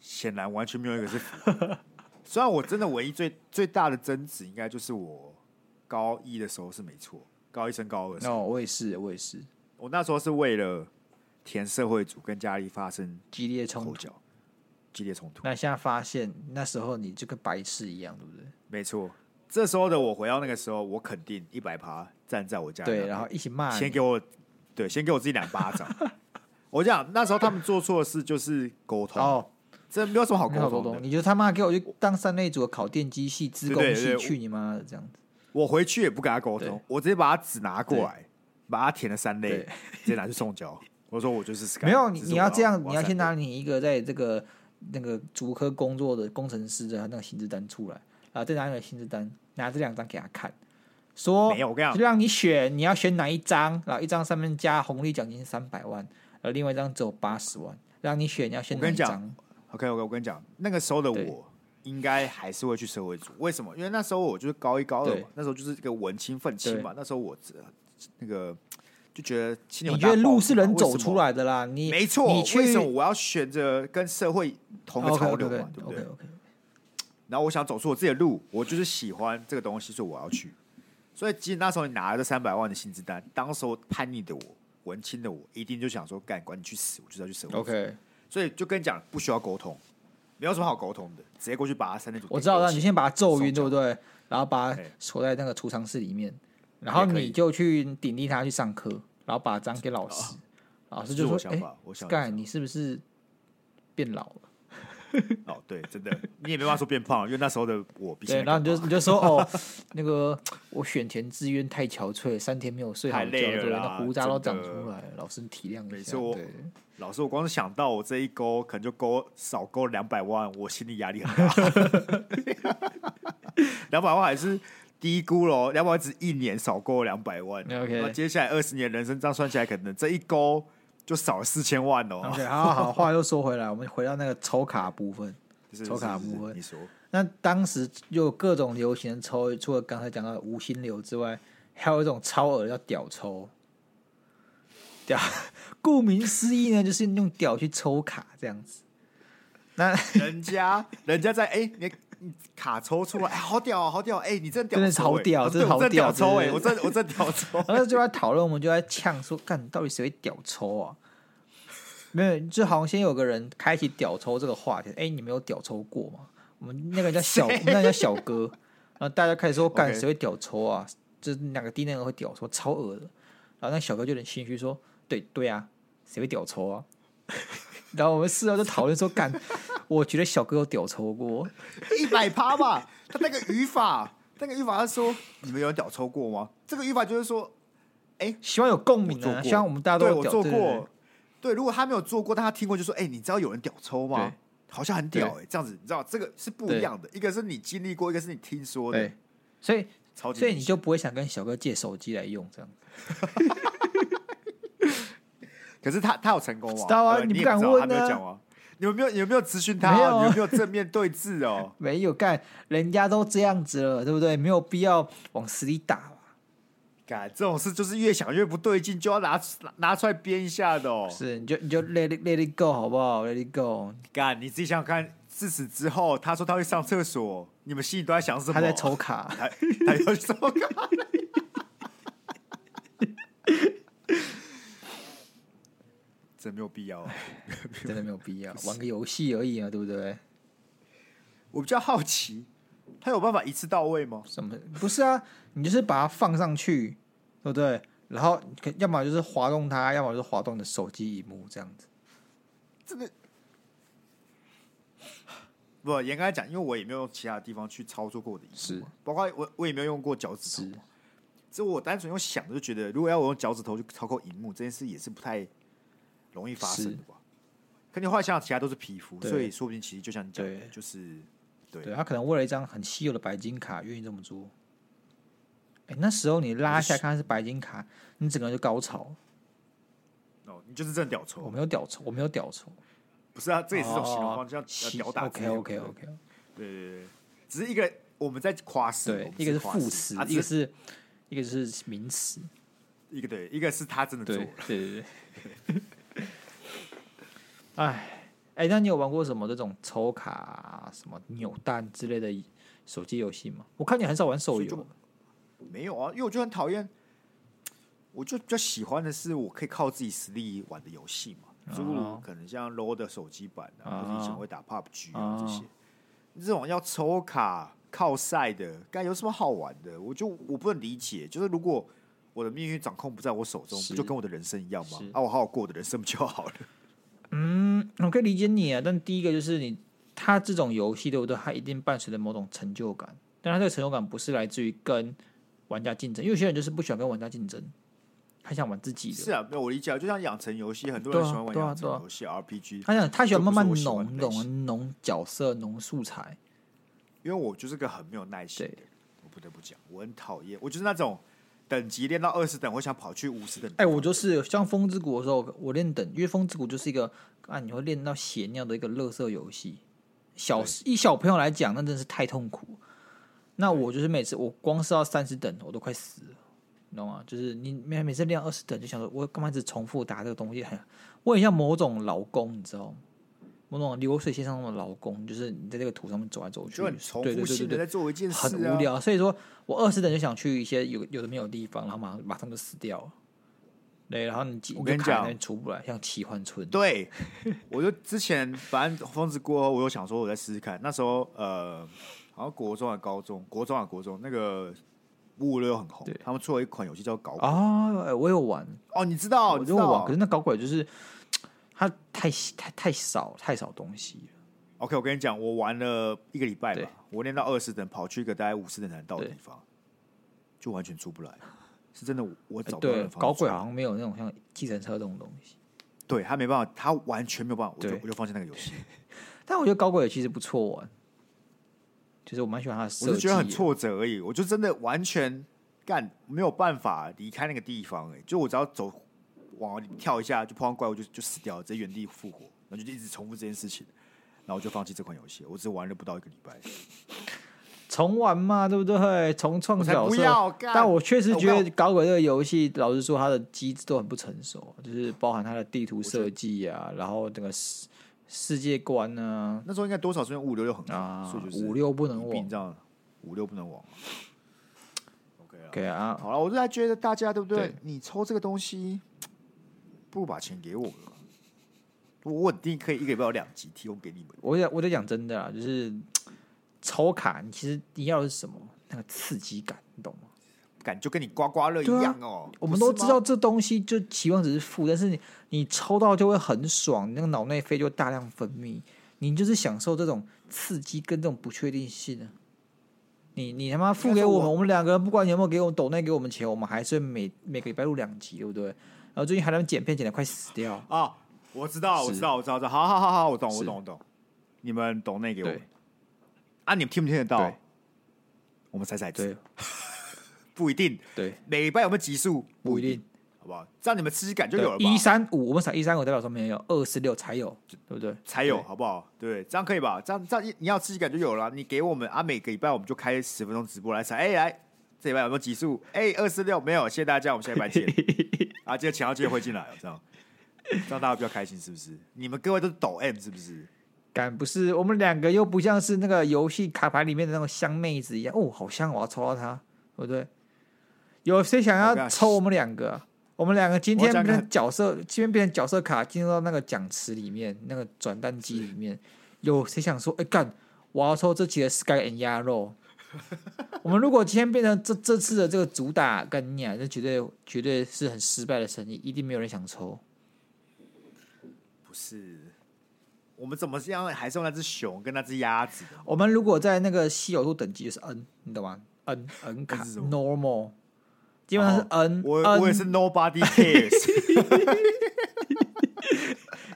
Speaker 2: 显然完全没有一个是符合的。虽然我真的唯一最最大的争执，应该就是我高一的时候是没错，高一升高二的时
Speaker 1: 那、
Speaker 2: 候，
Speaker 1: 我也是，我也是
Speaker 2: 我那时候是为了填社会组跟家里发生
Speaker 1: 激烈冲
Speaker 2: 口
Speaker 1: 突。
Speaker 2: 角、激烈冲突。
Speaker 1: 那现在发现，那时候你就跟白痴一样，对不对？
Speaker 2: 没错，这时候的我回到那个时候，我肯定一百趴站在我家人那
Speaker 1: 对，
Speaker 2: 边
Speaker 1: 然后一起骂
Speaker 2: 先
Speaker 1: 你，
Speaker 2: 给我对，先给我自己两巴 掌。我讲那时候他们做错的事就是沟通，
Speaker 1: 哦，
Speaker 2: 这没有什么好
Speaker 1: 你好
Speaker 2: 沟
Speaker 1: 多
Speaker 2: 通
Speaker 1: 东，
Speaker 2: 的。
Speaker 1: 你就他妈给我去当三类组的烤电机系、资
Speaker 2: 对
Speaker 1: 工
Speaker 2: 对
Speaker 1: 系
Speaker 2: 对
Speaker 1: 去你妈的这样子。
Speaker 2: 我回去也不跟他沟通
Speaker 1: 对，
Speaker 2: 我直接把他纸拿过来，把他填了三类
Speaker 1: 对，
Speaker 2: 直接拿去送交。我说我就是 Sky，
Speaker 1: 没有，你
Speaker 2: 只是
Speaker 1: 你
Speaker 2: 我
Speaker 1: 要这样，你要
Speaker 2: 三
Speaker 1: 先拿
Speaker 2: 类
Speaker 1: 你一个在这个那个主科工作的工程师的那个薪资单出来，啊，再拿你的薪资单，拿这两张给他看，说
Speaker 2: 没有我跟你讲
Speaker 1: 就让你选，你要选哪一张，然后一张上面加红利奖金三百万，然后另外一张只有八十万，让你选，你要选
Speaker 2: 我
Speaker 1: 哪
Speaker 2: 跟
Speaker 1: 一
Speaker 2: 你讲
Speaker 1: 张？
Speaker 2: OK OK，我跟你讲，那个时候的
Speaker 1: 对
Speaker 2: 我应该还是会去社会组，为什么？因为那时候我就是高一高二
Speaker 1: 对
Speaker 2: 嘛，那时候就是这个文青愤青嘛，那时候我只那个就觉得心
Speaker 1: 你
Speaker 2: 里很
Speaker 1: 觉
Speaker 2: 大
Speaker 1: 得路
Speaker 2: 包
Speaker 1: 是
Speaker 2: 袱嘛
Speaker 1: 人
Speaker 2: 为
Speaker 1: 走
Speaker 2: 什
Speaker 1: 出
Speaker 2: 么
Speaker 1: 来的啦，你
Speaker 2: 没错，
Speaker 1: 你去
Speaker 2: 为什么我要选择跟社会同个
Speaker 1: OK
Speaker 2: 潮
Speaker 1: OK
Speaker 2: 流
Speaker 1: OK
Speaker 2: 嘛，对不
Speaker 1: OK
Speaker 2: 对？
Speaker 1: OK，
Speaker 2: 然后我想走出我自己的路，我就是喜欢这个东西，所以我要去。所以，即使那时候你拿了这三百万的薪资单，当时候叛逆的我、文青的我，一定就想说，干，管你去死，我就是要去社会。
Speaker 1: OK，
Speaker 2: 所以就跟你讲，不需要沟通，没有什么好沟通的，直接过去把他三天
Speaker 1: 我知道了，你先把他咒
Speaker 2: 手
Speaker 1: 晕，
Speaker 2: 脚
Speaker 1: 对不对？然后把他
Speaker 2: 哎
Speaker 1: 锁在那个储藏室里面，然后
Speaker 2: 也可以
Speaker 1: 你就去顶替他去上课，然后把章给老师，老师
Speaker 2: 哦这是
Speaker 1: 就说：“
Speaker 2: 我想
Speaker 1: 哎
Speaker 2: 法，我想
Speaker 1: 盖，你是不是变老了
Speaker 2: 哦，对，真的，你也没办法说变胖，因为那时候的我比？”现
Speaker 1: 对，
Speaker 2: 在
Speaker 1: 然后你
Speaker 2: 更
Speaker 1: 就你就说：“ 哦，那个我选填志愿太憔悴，三天没有睡好
Speaker 2: 太
Speaker 1: 觉，
Speaker 2: 累了
Speaker 1: 对，
Speaker 2: 啦
Speaker 1: 那胡渣都
Speaker 2: 真
Speaker 1: 长
Speaker 2: 的
Speaker 1: 出来了，老师你体谅
Speaker 2: 没
Speaker 1: 一下。”
Speaker 2: 错哦
Speaker 1: 对，
Speaker 2: 胖老师，我光是想到我这一勾，可能就勾少勾两百万，我心里压力很大。 两百万还是低估了哦，两百万只一年少勾两百万。
Speaker 1: OK
Speaker 2: 那接下来二十年人生这样算起来，可能这一勾就少了四千万哦。
Speaker 1: OK，好好好，话又说回来，我们回到那个抽卡部分。
Speaker 2: 是
Speaker 1: 抽卡
Speaker 2: 是是
Speaker 1: 部分
Speaker 2: 你说
Speaker 1: 那当时有各种流行的抽，除了刚才讲到的无心流之外，还有一种超额叫屌抽。屌， 顾名思义呢，就是用屌去抽卡这样子。那
Speaker 2: 人家，人家在哎、你你卡抽出来，哎，好屌、哦，好屌，哎、你真的屌抽、
Speaker 1: 真的是好屌
Speaker 2: 哎
Speaker 1: 真的好
Speaker 2: 我真的屌
Speaker 1: 屌
Speaker 2: 抽、哎，
Speaker 1: 真的，
Speaker 2: 我真的我真的屌抽
Speaker 1: 然后就在讨论，我们就在呛说，干到底谁会屌抽啊？没有，就好像先有个人开启屌抽这个话题，哎、你没有屌抽过吗？我们那个人叫小，那个人叫小哥，然后大家开始说，干
Speaker 2: OK
Speaker 1: 谁会屌抽啊？就是哪个低能儿会屌抽，超恶的。然后那小哥就有点心虚说，对对啊，谁会屌抽啊？ 然后我们事后就讨论说，干，我觉得小哥有屌抽过，
Speaker 2: 一百趴吧。他那个语法，那个语法，他说你们有人屌抽过吗？这个语法就是说，
Speaker 1: 希望有共
Speaker 2: 我
Speaker 1: 鸣
Speaker 2: 做
Speaker 1: 啊，
Speaker 2: 过，
Speaker 1: 希望我们大家都
Speaker 2: 对
Speaker 1: 有
Speaker 2: 我
Speaker 1: 屌
Speaker 2: 做
Speaker 1: 对对对
Speaker 2: 过。对，如果他没有做过，但他听过，就说：“哎、你知道有人屌抽吗
Speaker 1: 对？
Speaker 2: 好像很屌哎、这样子你知道这个是不一样的，一个是你经历过，一个是你听说的
Speaker 1: 对，，所以
Speaker 2: 超级
Speaker 1: 所以
Speaker 2: 明
Speaker 1: 你
Speaker 2: 显。
Speaker 1: 就不会想跟小哥借手机来用这样子？
Speaker 2: 可是他他有成功吗？
Speaker 1: 知道啊
Speaker 2: 对
Speaker 1: 你
Speaker 2: 你
Speaker 1: 不
Speaker 2: 也
Speaker 1: 敢
Speaker 2: 知道
Speaker 1: 问
Speaker 2: 他没有
Speaker 1: 啊
Speaker 2: 讲吗？你们没有有没有咨询他、
Speaker 1: 没有啊
Speaker 2: 你们没有正面对质哦？
Speaker 1: 没有干，人家都这样子了，对不对？没有必要往死里打吧？
Speaker 2: 干这种事就是越想越不对劲，就要拿拿拿出来编一下的哦。
Speaker 1: 是，你就你就 let it let it go 好不好？let it go，
Speaker 2: 干，你自己想想看，自此之后，他说他会上厕所，你们心里都在想什么？
Speaker 1: 他在抽，卡，
Speaker 2: 他他要抽干。真没有必要、啊。
Speaker 1: 真的没有必 要，玩个游戏而已啊，对不对？
Speaker 2: 我比较好奇，他有办法一次到位吗？
Speaker 1: 什么不是啊？你就是把它放上去，对不对？然后可要么就是滑动它，要么就是滑动你的手机荧幕这样子。
Speaker 2: 真的不严格来讲，因为我也没有用其他地方去操作过我的仪
Speaker 1: 是
Speaker 2: 嘛，包括我我也没有用过脚趾头嘛。这我单纯用想的就觉得，如果要我用脚趾头去操控荧幕，这件事也是不太容易发生的吧？可你后来想想，其他都是皮肤，
Speaker 1: 对
Speaker 2: 所以说不定其实就像你讲的，
Speaker 1: 对
Speaker 2: 就是对
Speaker 1: 对他可能为了一张很稀有的白金卡，愿意这么做。哎，那时候你拉一下看是白金卡，你整个人就高潮了。
Speaker 2: 哦，你就是真的屌
Speaker 1: 我
Speaker 2: 抽，
Speaker 1: 没有屌抽，我没有屌抽，
Speaker 2: 不是啊？这也是一种形容
Speaker 1: 哦
Speaker 2: 方式，叫
Speaker 1: 其
Speaker 2: 屌打之类
Speaker 1: OK
Speaker 2: 的。
Speaker 1: OK OK，
Speaker 2: 对对对，只是一个我们在夸饰，我
Speaker 1: 对
Speaker 2: 们，
Speaker 1: 一个是
Speaker 2: 夸
Speaker 1: 副
Speaker 2: 饰
Speaker 1: 词，
Speaker 2: 啊，
Speaker 1: 一个
Speaker 2: 只
Speaker 1: 是一个是名词，
Speaker 2: 一个对，一个是他真的做
Speaker 1: 对
Speaker 2: 了。
Speaker 1: 对对对。 哎哎，那你有玩过什么这种抽卡、啊、什么扭蛋之类的手机游戏吗？我看你很少玩手
Speaker 2: 所以就
Speaker 1: 游，哦
Speaker 2: 没有啊，因为我就很讨厌，我就比较喜欢的是我可以靠自己实力玩的游戏嘛，
Speaker 1: 哦
Speaker 2: 诸如可能像 low 的手机版啊，
Speaker 1: 哦
Speaker 2: 或者以前会打 PUBG 啊
Speaker 1: 哦
Speaker 2: 这些，这种要抽卡靠赛的，该有什么好玩的？我就我不能理解，就是如果我的命运掌控不在我手中，
Speaker 1: 是
Speaker 2: 不就跟我的人生一样吗
Speaker 1: 是？
Speaker 2: 啊，我好好过我的人生不就好了？
Speaker 1: 嗯，我可以理解你啊。但第一个就是你，它这种游戏对不对？它一定伴随着某种成就感，但它这个成就感不是来自于跟玩家竞争，因为有些人就是不喜欢跟玩家竞争，他想玩自己的。
Speaker 2: 是 啊，没有我理解啊，就像养成游戏，很多人
Speaker 1: 对啊
Speaker 2: 喜欢玩
Speaker 1: 对啊
Speaker 2: 养成
Speaker 1: 对啊
Speaker 2: 游戏 RPG，
Speaker 1: 他想，他喜欢慢慢
Speaker 2: 就不是我喜欢
Speaker 1: 浓
Speaker 2: 的类型
Speaker 1: 浓浓角色、浓素材。
Speaker 2: 因为我就是个很没有耐心的
Speaker 1: 对
Speaker 2: 人，我不得不讲，我很讨厌，我就是那种等级练到二十等，我想跑去五十等。
Speaker 1: 哎、我就是像《风之谷》的时候，我练等，因为《风之谷》就是一个啊，你会练到血尿的一个乐色游戏。小一小朋友来讲，那真是太痛苦。那我就是每次我光是要三十等，我都快死了，你懂吗？就是你每每次练二 十等，就想说我干嘛一直重复打这个东西，很我很像某种老公，你知道吗？某种流水线上的劳工，就是你在这个土上面走来走去，
Speaker 2: 就很重
Speaker 1: 对对
Speaker 2: 复
Speaker 1: 对
Speaker 2: 性的
Speaker 1: 对
Speaker 2: 在
Speaker 1: 对，
Speaker 2: 做一件事
Speaker 1: 很
Speaker 2: 啊，
Speaker 1: 无聊。所以说我二十等就想去一些有有的没有的地方，然后马马上就死掉了。对，然后你
Speaker 2: 我跟
Speaker 1: 你
Speaker 2: 你
Speaker 1: 就卡在
Speaker 2: 讲
Speaker 1: 那边出不来，像奇幻村。
Speaker 2: 对，我就之前反正疯子过后，我又想说我再试试看。那时候呃，好像国中啊、高中、国中啊、国中那个五五六很红
Speaker 1: 对，
Speaker 2: 他们出了一款游戏叫搞鬼。
Speaker 1: 啊、哎我有玩，
Speaker 2: 哦，你知道，
Speaker 1: 我
Speaker 2: 你
Speaker 1: 就
Speaker 2: 知
Speaker 1: 会
Speaker 2: 道
Speaker 1: 玩，可是。那搞鬼就是它太太太少太少东西了。
Speaker 2: OK，我跟你讲，我玩了一个礼拜
Speaker 1: 对
Speaker 2: 吧，我练到二十等，跑去一个大概五十等才能到的
Speaker 1: 对
Speaker 2: 地方，就完全出不来。是真的，我
Speaker 1: 哎
Speaker 2: 找不到
Speaker 1: 对
Speaker 2: 人，方
Speaker 1: 搞
Speaker 2: 式
Speaker 1: 鬼好像没有那种像计程车这种东西。
Speaker 2: 对他没办法，他完全没有办法，我就
Speaker 1: 对
Speaker 2: 我就放弃那 个游戏。
Speaker 1: 但我觉得搞鬼其实不错玩，就是我蛮喜欢它的设计
Speaker 2: 我
Speaker 1: 的。啊
Speaker 2: 是觉得很挫折而已，我就真的完全干没有办法离开那个地方、哎，就我只要走往里跳一下，就碰到怪物就就死掉了，直接原地复活，然后就一直重复这件事情，然后我就放弃这款游戏，我只玩了不到一个礼拜，
Speaker 1: 重玩嘛，对不对？重创
Speaker 2: 我才
Speaker 1: 角
Speaker 2: 不
Speaker 1: 色。
Speaker 2: 要干。
Speaker 1: 但我确实
Speaker 2: 我
Speaker 1: 觉
Speaker 2: 告
Speaker 1: 得搞鬼这个游戏，老实说，它的机制都很不成熟，就是包含它的地图设计啊，
Speaker 2: 嗯
Speaker 1: 然后整个世世界观啊
Speaker 2: 那时候应该多少是因为五五六六很
Speaker 1: 啊
Speaker 2: 好，所以就是
Speaker 1: 五六不能
Speaker 2: 一
Speaker 1: 忘
Speaker 2: 并。这样五六不能忘。OK 了，
Speaker 1: OK 啊，
Speaker 2: 好了，我就还觉得大家对不对
Speaker 1: 对？
Speaker 2: 你抽这个东西，不如把钱给我吧。我我一定可以一个礼拜有两集提供给你们。
Speaker 1: 我在我在讲真的啊啦，就是抽卡，你其实你要的是什么？那个刺激感，你懂吗？
Speaker 2: 感就跟你刮刮乐一样哦、
Speaker 1: 啊我们都
Speaker 2: 不是
Speaker 1: 知
Speaker 2: 吗
Speaker 1: 道这东西就期望值是负，但是你你抽到就会很爽，你那个脑内啡就大量分泌，你就是享受这种刺激跟这种不确定性啊。你你他妈付给我
Speaker 2: 但是
Speaker 1: 们，
Speaker 2: 我
Speaker 1: 我们两个人不管你有没有给我们抖内给我们钱，我们还是每每个礼拜录两集，对不对？然后最近还在那边剪片剪的快死掉，
Speaker 2: 啊！我知道，
Speaker 1: 是
Speaker 2: 我知道，我知道，我知道好好好好，我懂，
Speaker 1: 是
Speaker 2: 我懂，我懂。你们懂那给我
Speaker 1: 对
Speaker 2: 啊？你们听不听得到
Speaker 1: 对？
Speaker 2: 我们猜猜字，
Speaker 1: 对
Speaker 2: 不一定。
Speaker 1: 对，
Speaker 2: 每礼拜有没有集数？
Speaker 1: 不一定，，
Speaker 2: 好不好？这样你们吃感就有了吧？
Speaker 1: 一三五，我们才一三五代表说没有，二四六才有，对不对？
Speaker 2: 才有，好不好？对，这样可以吧？这样这样一你要刺激感就有了。你给我们啊，每个礼拜我们就开十分钟直播来猜，哎、来，这礼拜有没有集数？哎、二四六没有，谢谢大家，我们下礼 拜见。啊，记得钱要记得会进来哦，这样，这样大家比较开心是不是？你们各位都是抖 M 是不是？
Speaker 1: 敢不是我们两个又不像是那个游戏卡牌里面的那种香妹子一样，哦，好香，我要抽到它，对不对？有谁想
Speaker 2: 我跟
Speaker 1: 要
Speaker 2: 你讲
Speaker 1: 抽我们两个啊？我们两个今天
Speaker 2: 我讲
Speaker 1: 变
Speaker 2: 个
Speaker 1: 成角色，今天变成角色卡，进入到那个奖池里面，那个转蛋机里面，有谁想说，哎、干，我要抽这期的 Sky and Yellow？我们如果今天变成这这次的这个主打干你啊，这绝对绝对是很失败的生意，一定没有人想抽。
Speaker 2: 不是，我们怎么样还是用那只熊跟那只鸭子的？
Speaker 1: 我们如果在那个稀有度等级就是 N，你懂吗？N N 卡
Speaker 2: 是什么哦
Speaker 1: normal，基本上是 N，
Speaker 2: 我
Speaker 1: N
Speaker 2: 我也是 nobody cares，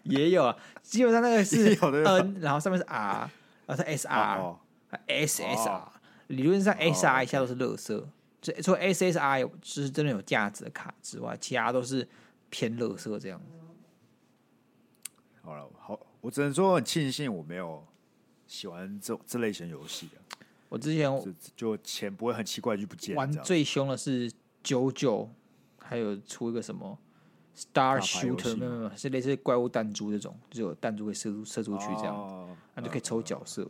Speaker 1: 也有啊，基本上那个是
Speaker 2: 也有的
Speaker 1: N，然后上面是 R，然后是 SR
Speaker 2: 哦、
Speaker 1: 还有 SSR，
Speaker 2: 哦
Speaker 1: 理论上 SR
Speaker 2: ，OK
Speaker 1: 以下都是垃圾，就除了 SSR 有就是真的有价值的卡之外，其他都是偏垃圾这样子。
Speaker 2: 好了，好，我只能说很庆幸我没有喜欢这这类型游戏啊，
Speaker 1: 我之前
Speaker 2: 就就钱不会很奇怪就不见了
Speaker 1: 玩
Speaker 2: 这样。
Speaker 1: 最凶的是九九，还有出一个什么 Star
Speaker 2: 打牌游
Speaker 1: Shooter，
Speaker 2: 戏
Speaker 1: 没有没有，是类似怪物弹珠这种，就是有弹珠可以射出射出去这样，
Speaker 2: 哦
Speaker 1: 那、就可以抽角色。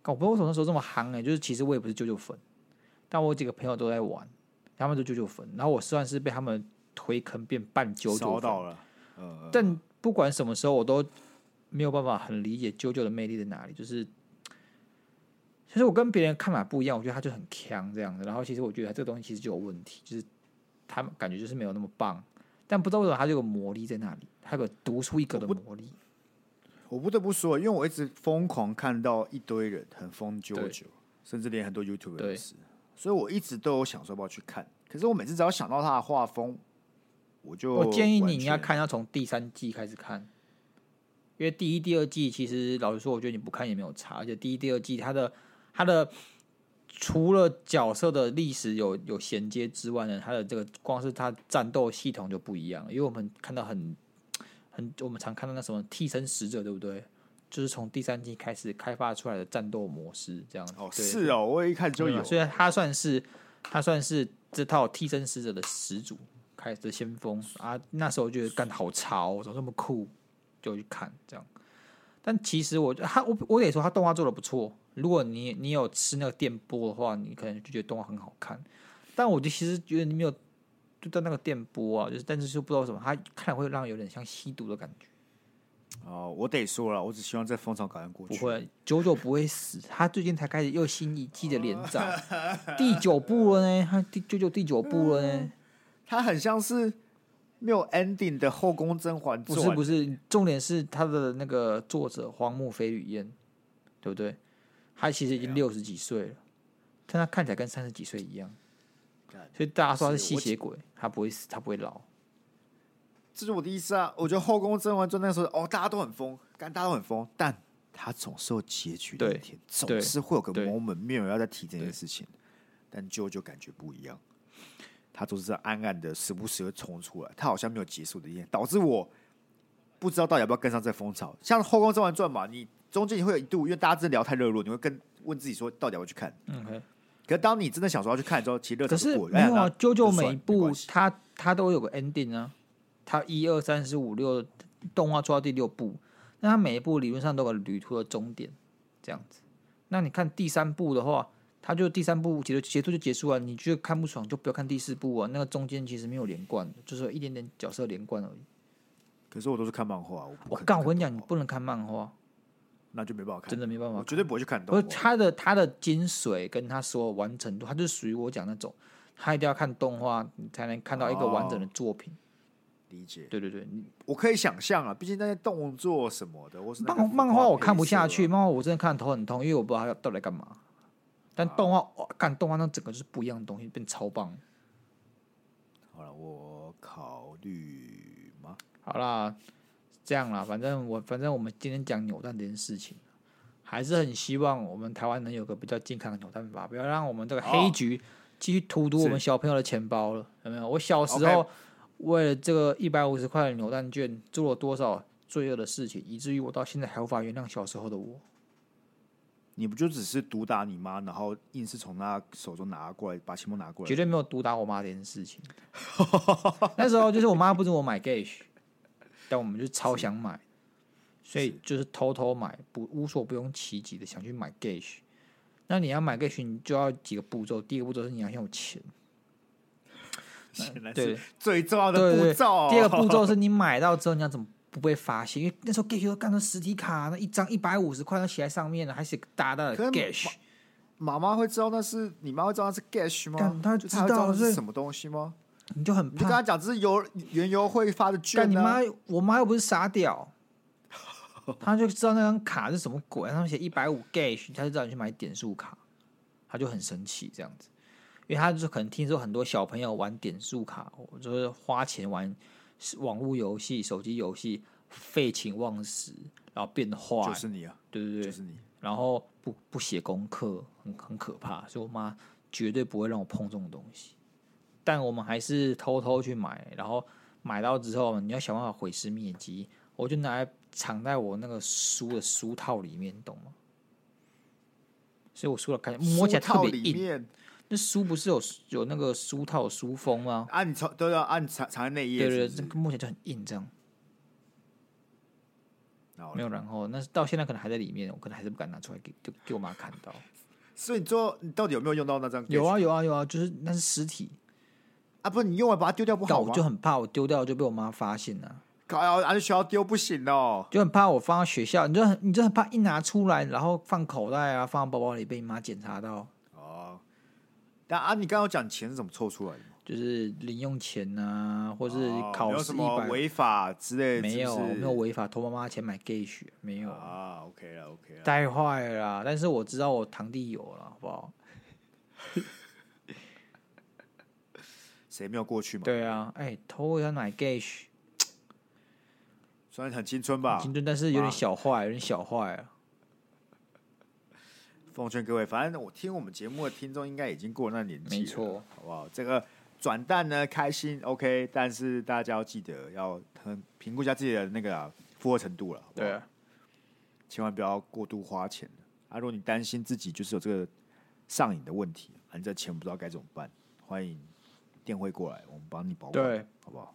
Speaker 1: 搞不懂为什么那时候这么夯哎、就是其实我也不是九九粉，但我有几个朋友都在玩，他们都九九粉，然后我算是被他们推坑变半九九
Speaker 2: 烧
Speaker 1: 粉，
Speaker 2: 到了，嗯，嗯
Speaker 1: 但不管什么时候，我都没有办法很理解啾啾的魅力在哪里。就是，其实我跟别人看法不一样，我觉得他就很强这样子。然后其实我觉得他这个东西其实就有问题，就是他感觉就是没有那么棒。但不知道为什么他就有个魔力在那里，他有个独出一格的魔力。
Speaker 2: 我不得不说，因为我一直疯狂看到一堆人很疯九
Speaker 1: 对
Speaker 2: 九，甚至连很多 YouTube
Speaker 1: 对
Speaker 2: 也是，所以我一直都有想说要不要去看，可是我每次只要想到他的画风，我就
Speaker 1: 我建议
Speaker 2: 完
Speaker 1: 你你要
Speaker 2: 全
Speaker 1: 看，要从第三季开始看，因为第一、第二季其实老实说，我觉得你不看也没有差，而且第一、第二季它的它的除了角色的历史有有衔接之外呢，它的这个光是它战斗系统就不一样，因为我们看到很很我们常看到那什么替身使者，对不对？就是从第三季开始开发出来的战斗模式，这样子
Speaker 2: 哦，
Speaker 1: 对
Speaker 2: 是哦，我一看就
Speaker 1: 对
Speaker 2: 有
Speaker 1: 啊，所以他算是他算是这套替身使者的始祖，开始的哦先锋啊。那时候觉得干好潮，怎么这么酷，就去看这样。但其实我他我我得说他动画做的不错。如果你你有吃那个电波的话，你可能就觉得动画很好看。但我就其实觉得你没有就在那个电波啊，就是但是就不知道为什么，它看了会让人有点像吸毒的感觉。
Speaker 2: 哦，我得说了，我只希望这风潮赶快过
Speaker 1: 不
Speaker 2: 去。
Speaker 1: 会，九九不会死。他最近才开始又新一季的连载， 第九部了呢。他第九九第九部了呢。
Speaker 2: 嗯它很像是没有 ending 的《后宫甄嬛
Speaker 1: 不
Speaker 2: 传》，
Speaker 1: 是不是，重点是他的那个作者荒木飞吕彦，对不对？他其实已
Speaker 2: 啊
Speaker 1: 经六十几岁了，但他看起来跟三十几岁一样
Speaker 2: 干，
Speaker 1: 所以大家说他是
Speaker 2: 是
Speaker 1: 吸
Speaker 2: 我
Speaker 1: 血鬼，他不会死，他不会老。
Speaker 2: 这是我的意思啊。我觉得《后宫甄嬛传》那时候，哦，大家都很疯，干大家都很疯，但它总是有结局的一
Speaker 1: 对
Speaker 2: 天，
Speaker 1: 对
Speaker 2: 总是会有个
Speaker 1: 对
Speaker 2: moment，没有人要再提这件事情。但舅舅感觉不一样，他总是暗暗的，时不时会冲出来，他好像没有结束的一天，导致我不知道到底要不要跟上这风潮。像《后宫甄嬛传》嘛，你中间你会有一度，因为大家真的聊太热络，你会跟问自己说，到底要不要去看？
Speaker 1: 嗯，嘿
Speaker 2: 可是当你真的想说要去看之后，其实热
Speaker 1: 可
Speaker 2: 潮
Speaker 1: 是
Speaker 2: 就过了。
Speaker 1: 没有
Speaker 2: 哎
Speaker 1: 啊
Speaker 2: 呀，
Speaker 1: 啾啾
Speaker 2: 就算
Speaker 1: 每一
Speaker 2: 了没
Speaker 1: 部
Speaker 2: 关系
Speaker 1: 它它都有个 ending 啊，它一二三四五六动画做到第六部，那它每一部理论上都有个旅途的终点，这样子。那你看第三部的话，它就第三部结束结束就结束啊，你觉得看不爽就不要看第四部啊，那个中间其实没有连贯的，就是有一点点角色连贯而已。
Speaker 2: 可是我都是看漫画，我不
Speaker 1: 我
Speaker 2: 可能
Speaker 1: 告
Speaker 2: 看
Speaker 1: 我跟你讲，
Speaker 2: 动
Speaker 1: 你
Speaker 2: 画，
Speaker 1: 不能看漫画，
Speaker 2: 那就没办法看，
Speaker 1: 真的没办法
Speaker 2: 我绝对不会去看
Speaker 1: 不
Speaker 2: 动
Speaker 1: 是
Speaker 2: 画。
Speaker 1: 它的它的精髓跟它所有完成度，它就是属于我讲那种，它一定要看动画你才能看到一个完整的作品。
Speaker 2: 理解，
Speaker 1: 哦对对对，你
Speaker 2: 我可以想象啊，毕竟那些动作什么的，或是那个
Speaker 1: 漫漫画我看不下去，
Speaker 2: 配色啊
Speaker 1: 漫画我真的看得头很痛，因为我不知道它到底在干嘛。但动画，哇，干动画那整个就是不一样的东西，变超棒。
Speaker 2: 好了，我考虑吗？
Speaker 1: 好啦，这样啦，反正我反正我们今天讲扭蛋这件事情，还是很希望我们台湾能有个比较健康的扭蛋法，不要让我们这个黑局继续荼毒我们小朋友的钱包了，有没有？我小时候
Speaker 2: OK
Speaker 1: 为了这个一百五十块的扭蛋券做了多少罪恶的事情，以至于我到现在还无法原谅小时候的我。
Speaker 2: 你不就只是毒打你妈，然后硬是从她手中拿过来，把钱包拿过
Speaker 1: 绝
Speaker 2: 来？
Speaker 1: 对没有毒打我妈这件事情。 那时候就是我妈不准我买 Gage，但我们就超想买，所以就是偷偷买，不无所不用其极的想去买 Gage。那你要买 Gage，你就要几个步骤。第一个步骤是你要先有钱，
Speaker 2: 原来
Speaker 1: 对
Speaker 2: 是最重要的
Speaker 1: 对对
Speaker 2: 步骤。啊
Speaker 1: 第二个步骤是你买到之后你要怎么不被发现，因为那时候 Gage 都干成实体卡，那一张一百五十块都写在上面了，还写个大大的
Speaker 2: 可是
Speaker 1: Gage。
Speaker 2: 妈妈会知道那是你妈会知道那是 gash 吗
Speaker 1: 干？她
Speaker 2: 就她会
Speaker 1: 知道
Speaker 2: 知道那
Speaker 1: 所
Speaker 2: 是
Speaker 1: 以
Speaker 2: 什么东西吗？
Speaker 1: 你就很
Speaker 2: 你就跟
Speaker 1: 怕，
Speaker 2: 她讲这是邮原油会发的券
Speaker 1: 干你
Speaker 2: 啊
Speaker 1: 妈！我妈又不是傻屌，她就知道那张卡是什么鬼，上面写一百五 gauge，她就知道你去买点数卡，她就很生气这样子，因为她就是可能听说很多小朋友玩点数卡，就是花钱玩网络游戏、手机游戏，废寝忘食，然后变坏，
Speaker 2: 就是你啊，
Speaker 1: 对对对，
Speaker 2: 就是你。
Speaker 1: 然后不不写功课，很很可怕。所以我妈绝对不会让我碰这种东西。但我们还是偷偷去买，然后买到之后，你要想办法毁尸灭迹。我就拿来藏在我那个书的书套里面，懂吗？所以我书的感觉摸起来
Speaker 2: 书
Speaker 1: 特
Speaker 2: 套
Speaker 1: 别
Speaker 2: 里
Speaker 1: 硬。
Speaker 2: 面
Speaker 1: 那书不是有有那个书套有书封吗？
Speaker 2: 啊，你藏都要按藏藏在内页，
Speaker 1: 对对
Speaker 2: 是
Speaker 1: 对，那
Speaker 2: 不
Speaker 1: 个摸起来就很硬，这样
Speaker 2: 是然后
Speaker 1: 没有然后。那到现在可能还在里面，我可能还是不敢拿出来给就给我妈看到。
Speaker 2: 所以你最后你到底有没有用到那张 Gage？
Speaker 1: 有啊有啊有啊，就是那是实体。
Speaker 2: 啊，不是你用完把它丢掉不
Speaker 1: 搞
Speaker 2: 好
Speaker 1: 我
Speaker 2: 吗？
Speaker 1: 就很怕我丢掉就被我妈发现了、
Speaker 2: 搞啊，去学校丢不行哦。
Speaker 1: 就很怕我放到学校，你就很你就很怕一拿出来，然后放口袋啊，放到包包里被你妈检查到，
Speaker 2: 哦，但啊，你刚刚有讲钱是怎么凑出来的吗？
Speaker 1: 就是零用钱啊，或是
Speaker 2: 哦没
Speaker 1: 考
Speaker 2: 有
Speaker 1: 试
Speaker 2: 什
Speaker 1: 一
Speaker 2: 么
Speaker 1: 百、
Speaker 2: 违法之类的，
Speaker 1: 没有，
Speaker 2: 是不
Speaker 1: 我
Speaker 2: 是
Speaker 1: 没有违法偷妈妈钱买 gay 血，没有，
Speaker 2: 啊。OK 了，OK 了。
Speaker 1: 带坏了啦。但是我知道我堂弟有了，好不好？
Speaker 2: 谁没有过去嘛？，
Speaker 1: 对啊，哎、偷人家买 gay 血，
Speaker 2: 虽然很青春吧
Speaker 1: 青。春，但是有点
Speaker 2: 啊妈
Speaker 1: 小坏，有点小坏啊。
Speaker 2: 奉劝各位，反正我听我们节目的听众应该已经过了那年纪了，
Speaker 1: 没错，
Speaker 2: 好不好？这个转蛋呢，开心 OK，但是大家要记得要很评估一下自己的那个啊负荷程度了，好不好
Speaker 1: 对啊，
Speaker 2: 千万不要过度花钱啊！如果你担心自己就是有这个上瘾的问题，啊，你这钱不知道该怎么办，欢迎电汇过来，我们帮你保管，
Speaker 1: 对，
Speaker 2: 好不好？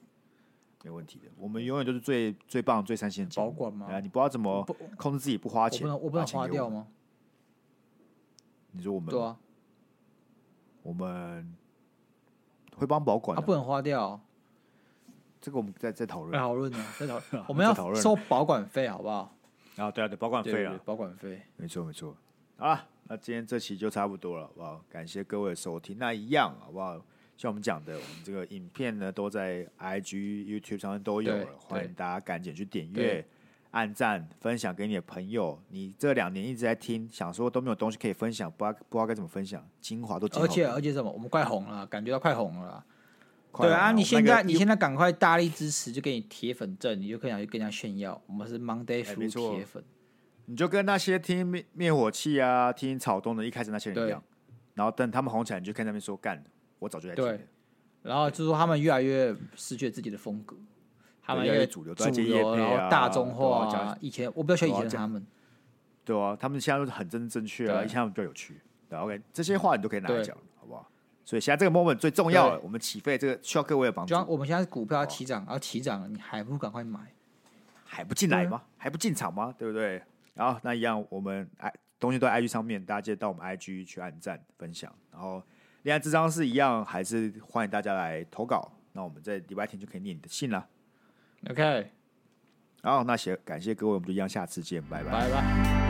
Speaker 2: 没问题的。我们永远都是最最棒、最三线的节目
Speaker 1: 保管吗
Speaker 2: 对啊，你不知道怎么
Speaker 1: 不
Speaker 2: 控制自己不花
Speaker 1: 我
Speaker 2: 钱，
Speaker 1: 不能我不能
Speaker 2: 把钱
Speaker 1: 花
Speaker 2: 给
Speaker 1: 掉
Speaker 2: 我们？
Speaker 1: 吗？
Speaker 2: 你说我们
Speaker 1: 对啊，
Speaker 2: 我们会帮保管
Speaker 1: 啊
Speaker 2: 的、
Speaker 1: 不能花掉哦，
Speaker 2: 这个我们再再讨论
Speaker 1: 在
Speaker 2: 啊。
Speaker 1: 讨论呢，在 讨论，我们要
Speaker 2: 讨论
Speaker 1: 收保管费好不好？
Speaker 2: 对啊，对保管
Speaker 1: 对
Speaker 2: 费
Speaker 1: 对
Speaker 2: 啊
Speaker 1: 对，，保管费。
Speaker 2: 没错没错。好啦，那今天这期就差不多了，好不好？感谢各位的收听。那一样好不好？像我们讲的，我们这个影片呢都在 IG、YouTube 上面都有
Speaker 1: 对
Speaker 2: 了，欢迎
Speaker 1: 对
Speaker 2: 大家赶紧去点阅
Speaker 1: 对、
Speaker 2: 按赞、分享给你的朋友。你这两年一直在听，想说都没有东西可以分享，不知道不知道该怎么分享，精华都精华
Speaker 1: 而且
Speaker 2: 不够
Speaker 1: 而且什么，我们快红了，感觉到快红了啦。
Speaker 2: 快
Speaker 1: 对
Speaker 2: 了
Speaker 1: 啊，
Speaker 2: 我
Speaker 1: 你
Speaker 2: 们
Speaker 1: 现
Speaker 2: 那个
Speaker 1: 在你
Speaker 2: 一
Speaker 1: 现在赶快大力支持，就给你铁粉证，你就可以拿去跟人家炫耀，我们是 Monday
Speaker 2: 哎没
Speaker 1: Through
Speaker 2: 错
Speaker 1: 铁粉。
Speaker 2: 你就跟那些听灭灭火器啊、听草东的一开始那些人一样，然后等他们红起来，你就看那边说干，我早就在听了
Speaker 1: 对。然后就说他们越来越失去了自己的风格，他们
Speaker 2: 越来越主
Speaker 1: 主
Speaker 2: 流
Speaker 1: 流，
Speaker 2: 都在接业配啊
Speaker 1: 然后大众化
Speaker 2: 都要加
Speaker 1: 啊。以前我比较喜欢以前
Speaker 2: 都要
Speaker 1: 的
Speaker 2: 加
Speaker 1: 他们，
Speaker 2: 对啊，他们现在都是很正正确啊，
Speaker 1: 对
Speaker 2: 一下比较有趣。对啊，OK，这些话你都可以拿来
Speaker 1: 对
Speaker 2: 讲，好不好？所以现在这个 moment 最重要了，
Speaker 1: 对
Speaker 2: 我们起飞这个需要各位的帮
Speaker 1: 就像
Speaker 2: 助，
Speaker 1: 我们现在股票要起涨，然后起涨了，你还不赶快买？
Speaker 2: 还不进来
Speaker 1: 嗯
Speaker 2: 吗？还不进场吗？对不对？好，那一样我们 i 东西都在 IG 上面，大家记得到我们 IG 去按赞分享。然后恋爱智商是一样，还是欢迎大家来投稿。那我们在礼拜天就可以念你的信了。
Speaker 1: OK，
Speaker 2: 好，那谢感谢各位，我们就一样，下次见，拜拜。
Speaker 1: 拜拜。